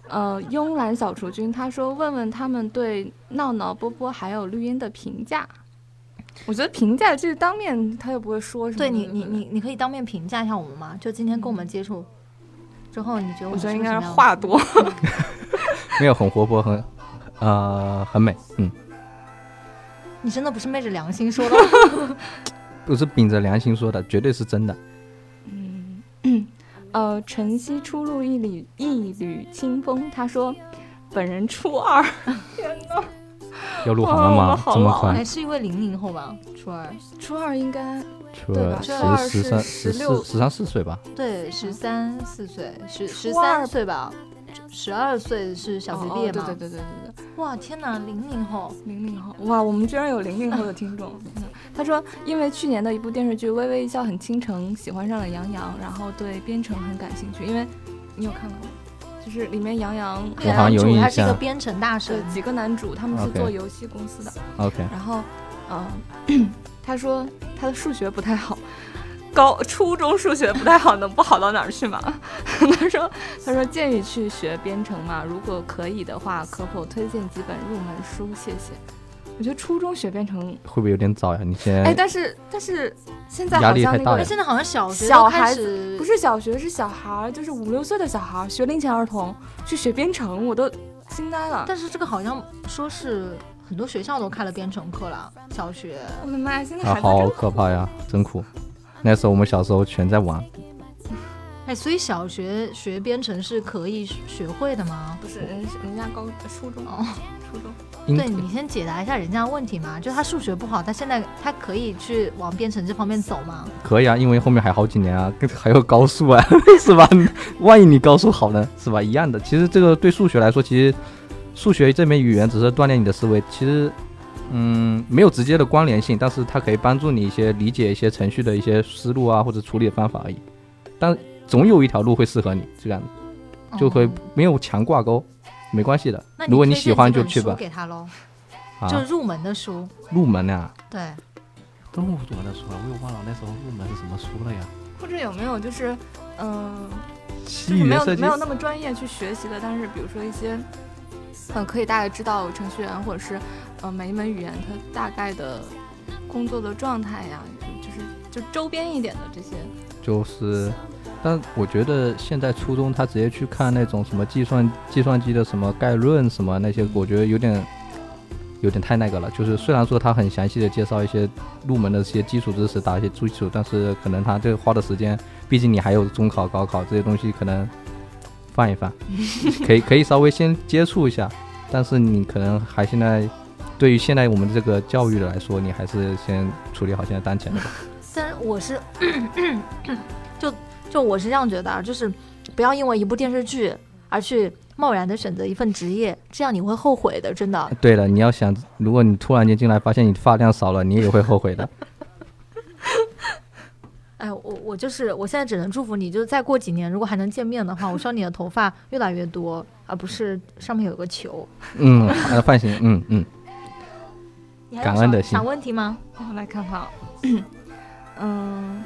呃，慵懒小雏君他说：“问问他们对闹闹、波波还有绿茵的评价。”我觉得评价就是当面他又不会说什么。对你，你，你，你可以当面评价一下我们吗？就今天跟我们接触之后，你觉得我嗯我们觉得是应个该什是么样的话多。 没有很活泼，很呃很美，嗯，你真的不是昧着良心说 的，不是秉着良心说的，绝对是真的。嗯，呃，晨曦初露一缕一缕清风。他说，本人初二，天哪，要入行了哇我吗？好这么老啊快还？哎是一位零零后吧，初二，初二应该初对吧这二二十是十三十十六四十三四岁吧？对，十三四岁，十十嗯初二三岁吧，十二岁是小学哦毕业对嘛？对对对对对，哇，天哪，零零后，零零后，哇，我们居然有零零后的 听众。天哪他说，因为去年的一部电视剧《微微一笑很倾城》，喜欢上了杨洋然后对编程很感兴趣。因为你有看过吗？就是里面杨洋我好像有啊主印他是一个象编程大神是，几个男主，他们是 OK 做游戏公司的。 OK，然后，嗯、他说他的数学不太好，高初中数学不太好，能不好到哪儿去吗？ 他说他说建议去学编程嘛，如果可以的话，可否推荐几本入门书？谢谢。我觉得初中学编程，会不会有点早呀？你哎，先但是但是现在压好力像太那大哎，个了现在好像小学小都开孩始不是小学是小孩儿，就是五六岁的小孩儿学龄前儿童去学编程，我都惊呆了。但是这个好像说是很多学校都开了编程课了，小学。我的妈呀，现在啊，孩子好真可怕呀，真苦。那时候我们小时候全在玩，哎，所以小学学编程是可以学会的吗？不是人人家高初中哦，初中。应对你先解答一下人家的问题嘛，就他数学不好，他现在他可以去往编程这方面走吗？可以啊，因为后面还好几年啊， 跟还有高数啊， 是吧？万一你高数好呢，是吧？一样的。其实这个对数学来说，其实数学这门语言只是锻炼你的思维，其实嗯没有直接的关联性，但是它可以帮助你一些理解一些程序的一些思路啊，或者处理的方法而已。但总有一条路会适合你，这样就会哦没有强挂钩，没关系的那。如果你推喜荐欢几就本去书吧，给他喽，啊，就入门的书。入门啊。对，都入门的书了，我又忘了那时候入门是什么书了呀？或者有没有就是，嗯、就西是语没言有设计没有那么专业去学习的，但是比如说一些，嗯，可以大概知道程序员或者是，呃，每一门语言它大概的工作的状态呀，就是就周边一点的这些。就是，但我觉得现在初中他直接去看那种什么计算计算机的什么概论什么那些，我觉得有点有点太那个了。就是虽然说他很详细的介绍一些入门的一些基础知识，打一些基础，但是可能他这个花的时间，毕竟你还有中考、高考这些东西，可能放一放，可以可以稍微先接触一下，但是你可能还现在。对于现在我们这个教育的来说，你还是先处理好现在当前的吧。但是我是， 就就我是这样觉得，啊，就是不要因为一部电视剧而去贸然的选择一份职业，这样你会后悔的，真 的。对了，你要想，如果你突然间进来发现你发量少了，你也会后 悔的。哎，我我就是，我现在只能祝福你，就是再过几年，如果还能见面的话，我希望你的头发越来越多，而不是上面有个球。嗯，呃放心，嗯嗯，你还有感恩的想心想问题吗？我来看看啊， 嗯，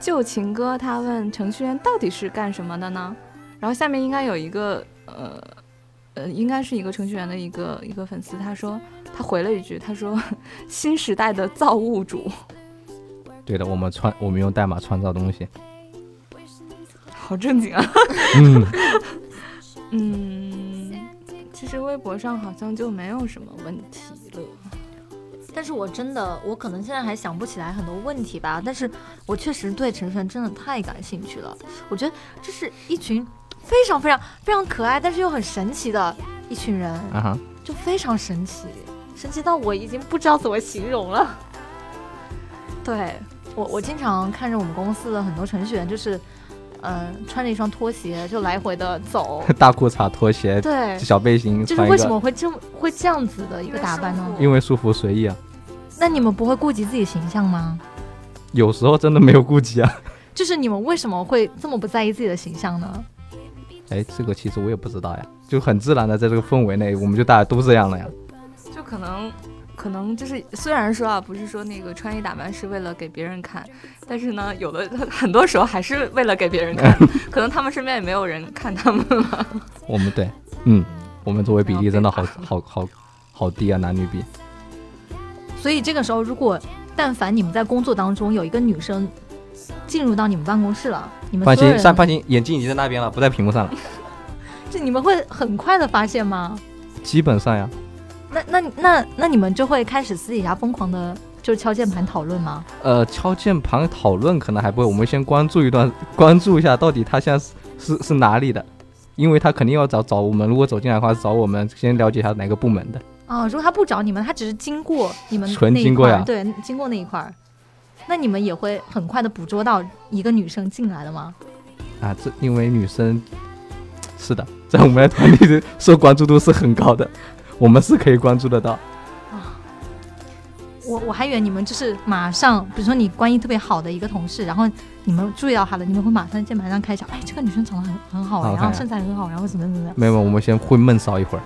旧情歌他问程序员到底是干什么的呢？然后下面应该有一个呃呃，应该是一个程序员的一个一个粉丝，他说他回了一句，他说 新时代的造物主，对的，我们创，我们用代码创造东西。好正经啊。嗯， 嗯，其实微博上好像就没有什么问题了。但是我真的，我可能现在还想不起来很多问题吧，但是我确实对程序员真的太感兴趣了。我觉得这是一群非常非常非常可爱，但是又很神奇的一群人，啊哈， 就非常神奇，神奇到我已经不知道怎么形容了。对我，我经常看着我们公司的很多程序员，就是，嗯、穿着一双拖鞋就来回的 走。大裤衩、拖鞋、对，小背心，就是穿为一什个，么会这么会这样子的一个打扮呢？因为舒服随意啊。那你们不会顾及自己形象吗？有时候真的没有顾忌啊。 就是你们为什么会这么不在意自己的形象呢？哎，这个其实我也不知道呀，就很自然的在这个氛围内，我们就大家都这样了呀。就可能，可能就是虽然说啊，不是说那个穿衣打扮是为了给别人看，但是呢，有的很多时候还是为了给别人看，可能他们身边也没有人看他们了。我们对，嗯，我们作为比例真的好好好好低啊，男女比。所以这个时候，如果但凡你们在工作当中有一个女生进入到你们办公室了，你们放所有心，上人，放心，眼镜已经在那边了，不在屏幕上了。这你们会很快的发现吗？基本上呀，那那那那你们就会开始私底下疯狂的就敲键盘讨论吗？呃，敲键盘讨论可能还不会，我们先关注一段， 关注一下到底他现在是是是哪里的，因为他肯定要找找我们，如果走进来的话，找我们先了解一下哪个部门的。哦，如果他不找你们，他只是经过你们纯那一经过块儿呀对，经过那一块儿，那你们也会很快的捕捉到一个女生进来了吗？啊，这因为女生， 是的，在我们的团里的受关注度是很高的， 我们是可以关注得到。我我还以为你们就是马上，比如说你关系特别好的一个同事，然后你们注意到她了，你们会马上键盘上开讲，哎，这个女生长得很很好，好看然后呀身材很好，然后怎么怎么样。没有，我们先会闷骚一会儿。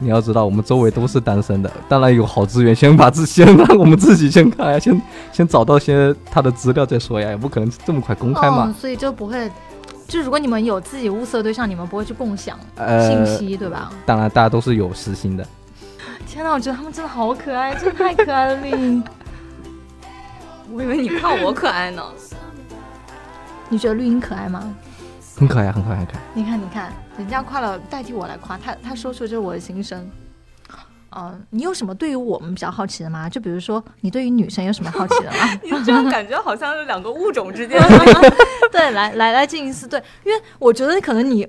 你要知道，我们周围都是单身的，当然有好资源，先把自先让我们自己先看呀，先先找到些他的资料再说呀，也不可能这么快公开嘛哦。，所以就不会，就如果你们有自己物色的对象，你们不会去共享哦信呃，息，对吧？当然大家都是有私心的。天哪，我觉得他们真的好可爱，真的太可爱了丽。我以为你看我可爱呢。 你觉得绿茵可爱吗？很可爱，啊很可爱，很可爱。你看，你看，人家夸了，代替我来夸他，他说出就是我的心声。嗯、你有什么对于我们比较好奇的吗？就比如说，你对于女生有什么好奇的吗？你这样感觉好像是两个物种之间。 对，来来来进行一次对，因为我觉得可能你，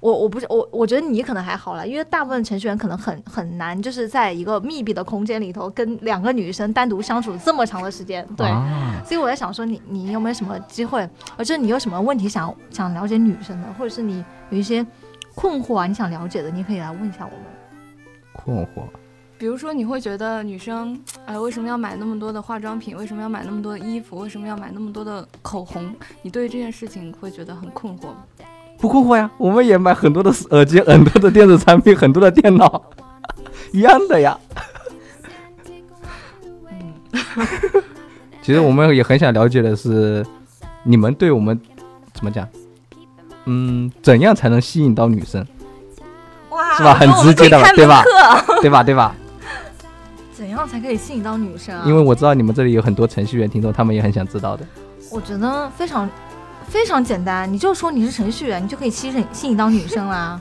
我我不是我，我觉得你可能还好啦，因为大部分程序员可能很很难，就是在一个密闭的空间里头跟两个女生单独相处这么长的时间，对。啊、所以我在想说你，你有没有什么机会，或者你有什么问题想想了解女生的，或者是你有一些困惑啊，你想了解的，你可以来问一下我们。困惑。比如说，你会觉得女生，哎，为什么要买那么多的化妆品？为什么要买那么多的衣服？为什么要买那么多的口红？你对于这件事情会觉得很困惑吗？不困惑呀，我们也买很多的耳机、很多的电子产品、很多的电脑， 一样的呀。其实我们也很想了解的是，你们对我们怎么讲？嗯，怎样才能吸引到女生，啊哇是吧很直接的吧对吧？ 对吧？对吧？怎样才可以吸引到女生啊？因为我知道你们这里有很多程序员听众，他们也很想 知道的。我觉得非常非常简单，你就说你是程序员，你就可以吸引吸引到女生啦。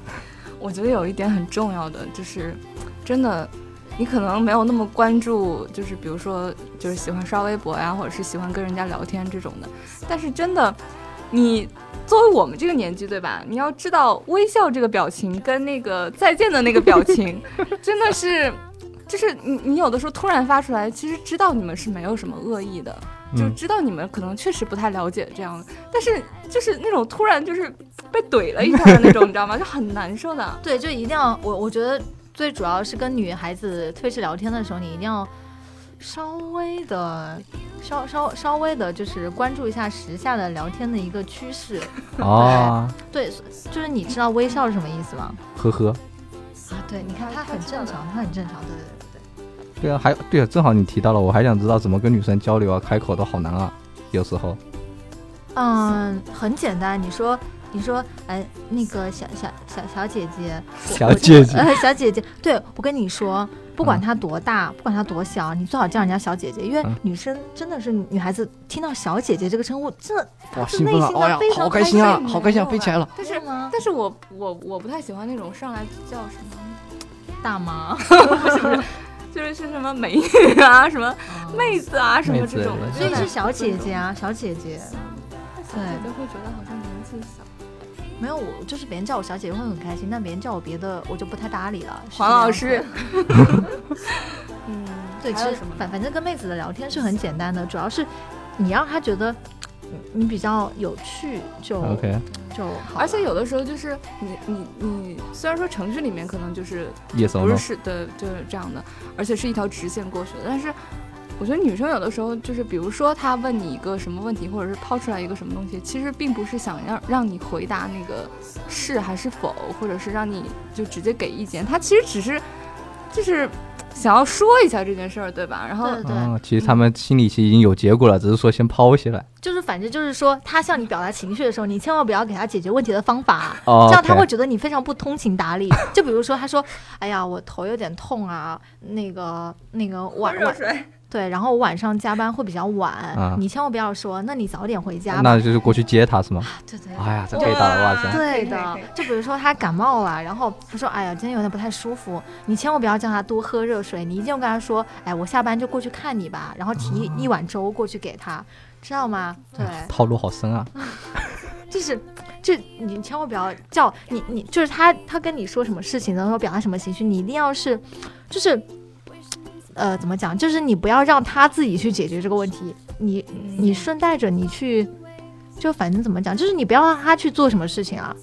我觉得有一点很重要的就是，真的，你可能没有那么关注，就是比如说，就是喜欢刷微博呀，或者是喜欢跟人家聊天这种的。但是真的，你作为我们这个年纪，对吧？你要知道微笑这个表情跟那个再见的那个表情，真的是。就是你，你有的时候突然发出来，其实知道你们是没有什么恶意的，就嗯，知道你们可能确实不太了解这样，但是就是那种突然就是被怼了一下的那种，你知 道吗？就很难受的。对，就一定要我我觉得最主要是跟女孩子特别是聊天的时候，你一定要稍微的稍稍稍微的，就是关注一下时下的聊天的一个趋势。哦，对，就是你知道微笑是什么意思吗？呵呵，啊，对，你看它很正常，它很正常，对对对。对啊，还对啊，正好你提到了，我还想知道怎么跟女生交流啊，开口都好难啊，有时候。嗯，很简单，你说。你说，哎，那个小小小小姐姐，我小我姐姐呃，小姐姐，嗯对我跟你说，不管她多大，不管她多小，你最好叫人家小姐姐，因为嗯女生真的是女孩子，听到小姐姐这个称呼，真的哇，是兴奋内了！心的哎呀非，常好开开心啊，心好开心啊，没飞起来了！但是吗？但是我我我不太喜欢那种上来就叫什么，大 妈，就是是什么美女啊、什么妹子啊、什么这种的，妹 子所以就是小姐姐啊，小姐姐，小姐姐会觉得好像年纪小。没有我就是别人叫我小姐姐会很开心，但别人叫我别的，我就不太搭理了。是黄这样老子师， 嗯，对，其还有实什么呢？反反正跟妹子的聊天是很简单的，主要是你让她觉得你你比较有趣就 OK，就好了。而且有的时候就是你你你，虽然说城市里面可能就是夜熟不是了，是的，就是这样的，而且是一条直线过去的。但是我觉得女生有的时候就是，比如说她问你一个什么问题，或者是抛出来一个什么东西，其实并不是想要让你回答那个是还是否，或者是让你就直接给意见，她其实只是就是想要说一下这件事儿，对吧？然后对对对，嗯，其实他们心里其实已经有结果了，只是说先抛起来。就是反正就是说，她向你表达情绪的时候，你千万不要给她解决问题的方法。啊哦，这样她会觉得你非常不通情达理。就比如说，她说：“哎呀，我头有点痛啊，那个那个晚晚水，对，然后我晚上加班会比较晚，啊你千万不要说，那你早点回家吧。啊那就是过去接他是吗？对对哎呀，这太大了，哇塞！对啊可以的可以可，就比如说他感冒了，然后他说：“哎呀，今天有点不太舒服。”你千万不要叫他多喝热水，你一定要跟他说：“哎，我下班就过去看你吧。”然后啊提一碗粥过去给他，知道吗？对，套路 好深啊！就是，这你千万不要叫你你就是他他跟你说什么事情，然后表达什么情绪，你一定要是，就是，呃，怎么讲？就是你不要让他自己去解决这个问题，你嗯你顺带着你去，就反正怎么讲，就是你不要让他去做什么事情啊。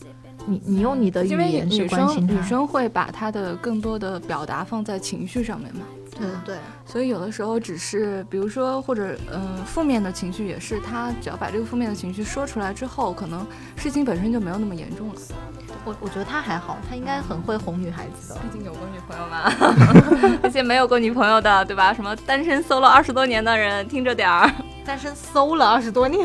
你你用你的语因为言去女关心生他，女生会把她的更多的表达放在情绪上面嘛，对对对，所以有的时候只是，比如说或者嗯、呃负面的情绪也是，她只要把这个负面的情绪说出来之后，可能事情本身就没有那么严重了。我我觉得他还好，他应该很会哄女孩子 的。毕竟有过女朋友嘛， 那些没有过女朋友的，对吧？什么单身 solo 二十多年的人，听着点儿。 单身搜了二十多年，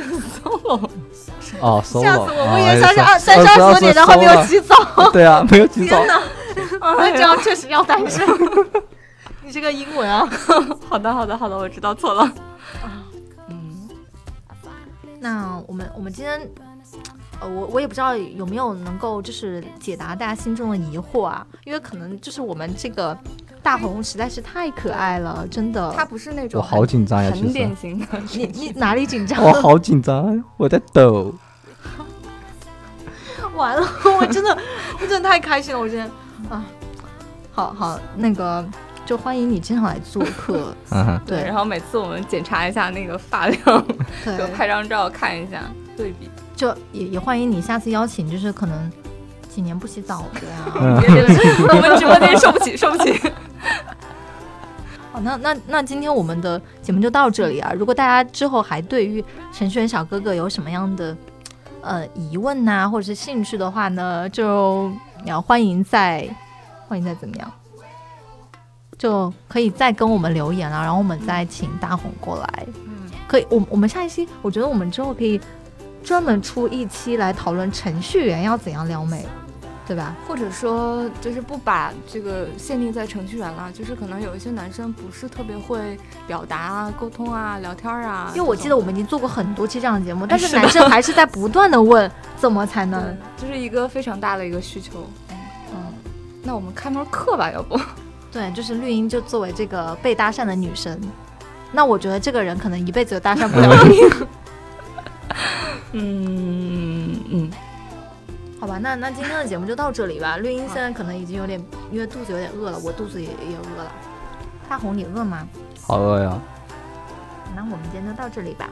哦，solo，吓死我！我以哎为他是呀二单身二十多年，然后没有洗澡。 solo 对啊，没有洗澡。那 这样确实要单 身。你这个英文啊。好的，好的，好的，我知道错了。嗯，那我们我们今天，呃，我我也不知道有没有能够就是解答大家心中的疑惑啊，因为可能就是我们这个大红实在是太可爱了，真的。他不是那种我好紧张呀，其很实典型 的，你你哪里紧张 我了？好紧张，啊我在 抖。完了，我真的我真的太开心了，我真的啊，好好那个。就欢迎你经常来做客，嗯哼，对然后每次我们检查一下那个发量，就对，拍张照看一下对比。就也也欢迎你下次邀请，就是可能几年不洗澡啊的呀、嗯，别别别，我们直播间受不起，受不起。好，那那那今天我们的节目就到这里啊。如果大家之后还对于程序员小哥哥有什么样的呃疑问呐、或者是兴趣的话呢，就要欢迎再欢迎再怎么样，就可以再跟我们留言啊，然后我们再请大红过来。嗯，可以，我我们下一期，我觉得我们之后可以专门出一期来讨论程序员要怎样撩妹，对吧？或者说就是不把这个限定在程序员了，就是可能有一些男生不是特别会表达啊、沟通啊、聊天儿啊。因为我记得我们。们已经做过很多期这样的节目，但是是吧男生还是在不断的问怎么才能嗯，这是一个非常大的一个需求。嗯，那我们开门课 吧，要不？对，就是绿茵就作为这个被搭讪的女生，那我觉得这个人可能一辈子都搭讪不了 你，嗯嗯，好吧？那那今天的节目就到这里吧。绿茵现在可能已经有点，因为肚子有点饿了，我肚子也也饿了。大红，你饿吗？好饿 呀！那我们今天就到这里吧。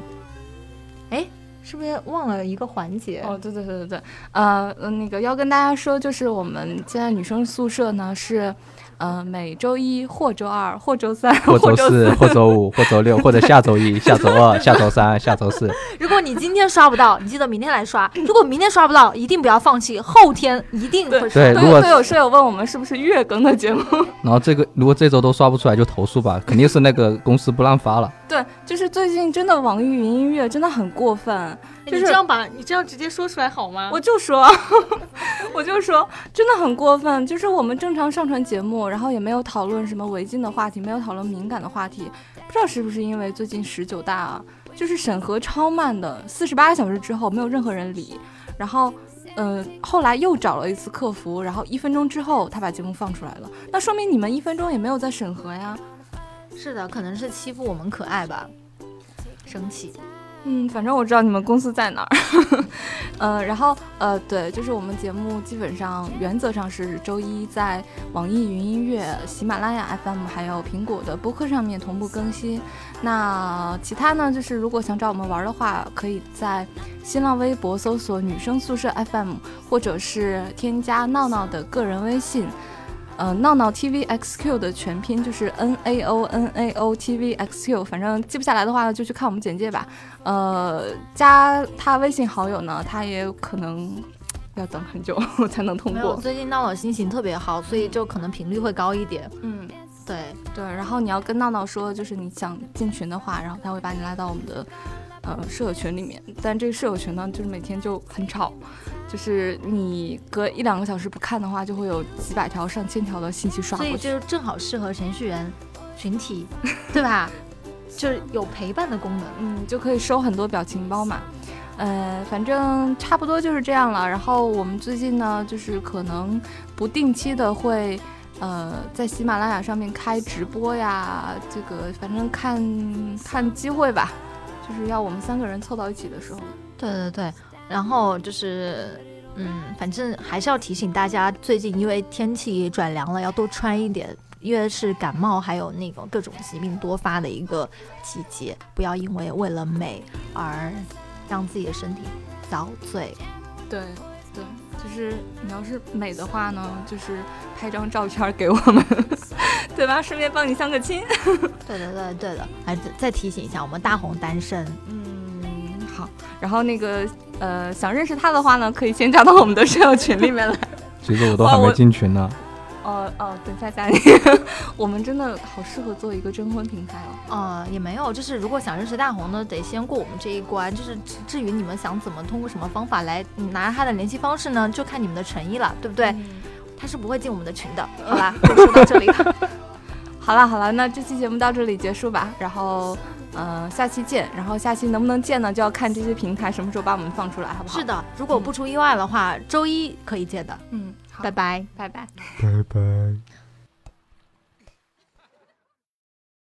哎，是不是忘了一个环节？哦，对对对对对，呃，嗯那个要跟大家说，就是我们现在女生宿舍呢是，呃，每周一或周二或周三或或周周四，或周五，或周六，或者下周一、下周二、下周三、下周四。如果你今天刷不到，你记得明天来刷。如果明天刷不到，一定不要放弃，后天一定会刷。 对，都哎如有果会有舍友问我们是不是月更的节目，然后这个如果这周都刷不出来就投诉吧，肯定是那个公司不让发了。对，就是最近真的网易云音乐真的很过分，就是把你这样直接说出来好吗我就说， 我就说，真的很过分。就是我们正常上传节目，然后也没有讨论什么违禁的话题，没有讨论敏感的话题。不知道是不是因为最近十九大啊，就是审核超慢的，四十八小时之后没有任何人理。然后，呃，后来又找了一次客服，然后一分钟之后他把节目放出来了。那说明你们一分钟也没有在审核呀。是的，可能是欺负我们可爱吧，生气。嗯，反正我知道你们公司在哪儿。 呃，然后呃，对，就是我们节目基本上原则上是周一在网易云音乐、喜马拉雅 FM 还有苹果的播客上面同步更新。那其他呢，就是如果想找我们玩的话，可以在新浪微博搜索“女生宿舍 FM”，或者是添加闹闹的个人微信。呃，闹闹 TVXQ 的全拼就是 N A O N A O TVXQ，反正记不下来的话呢，就去看我们简介吧。呃，加他微信好友呢，他也有可能要等很久 才能通没有，过。最近闹闹心情特别好，所以就可能频率会高一点。嗯，对，对。然后你要跟闹闹说，就是你想进群的话，然后他会把你拉到我们的呃舍友群里面。但这个舍友群呢，就是每天就很吵，就是你隔一两个小时不看的话，就会有几百条、上千条的信息刷所过以去。 就正好适合程序员群体，对吧？就是有陪伴的功能。嗯，就可以收很多表情包嘛。呃，反正差不多就是这样了。然后我们最近呢，就是可能不定期的会，呃，在喜马拉雅上面开直播呀，这个反正看看机会吧，就是要我们三个人凑到一起的时候。对对对，然后就是。嗯，反正还是要提醒大家，最近因为天气转凉了，要多穿一点，因为是感冒还有那种各种疾病多发的一个季节，不要因为为了美而让自己的身体遭罪。对对，就是你要是美的话呢，就是拍张照片给我们， 对吧？顺便帮你相个亲。对的对的对的，还是再提醒一下，我们大红单身，嗯，好。然后那个呃，想认识他的话呢，可以先加到我们的舍友群里 面来。其实我都还没进群呢。哦哦，等一下加你。 我们真的好适合做一个征婚平台哦。呃，也没有，就是如果想认识大红呢，得先过我们这一关。就是至至于你们想怎么通过什么方法来嗯拿他的联系方式呢，就看你们的诚意了，对不对？嗯他是不会进我们的群的。好 啦，就说到这里了，好了好了，那这期节目到这里结束吧。然后，呃，下期见。然后下期能不能见呢，就要看这些平台什么时候把我们放出来，好不好？是，的，如果不出意外的话，周一可以见的。嗯，好，拜拜。拜拜。拜拜。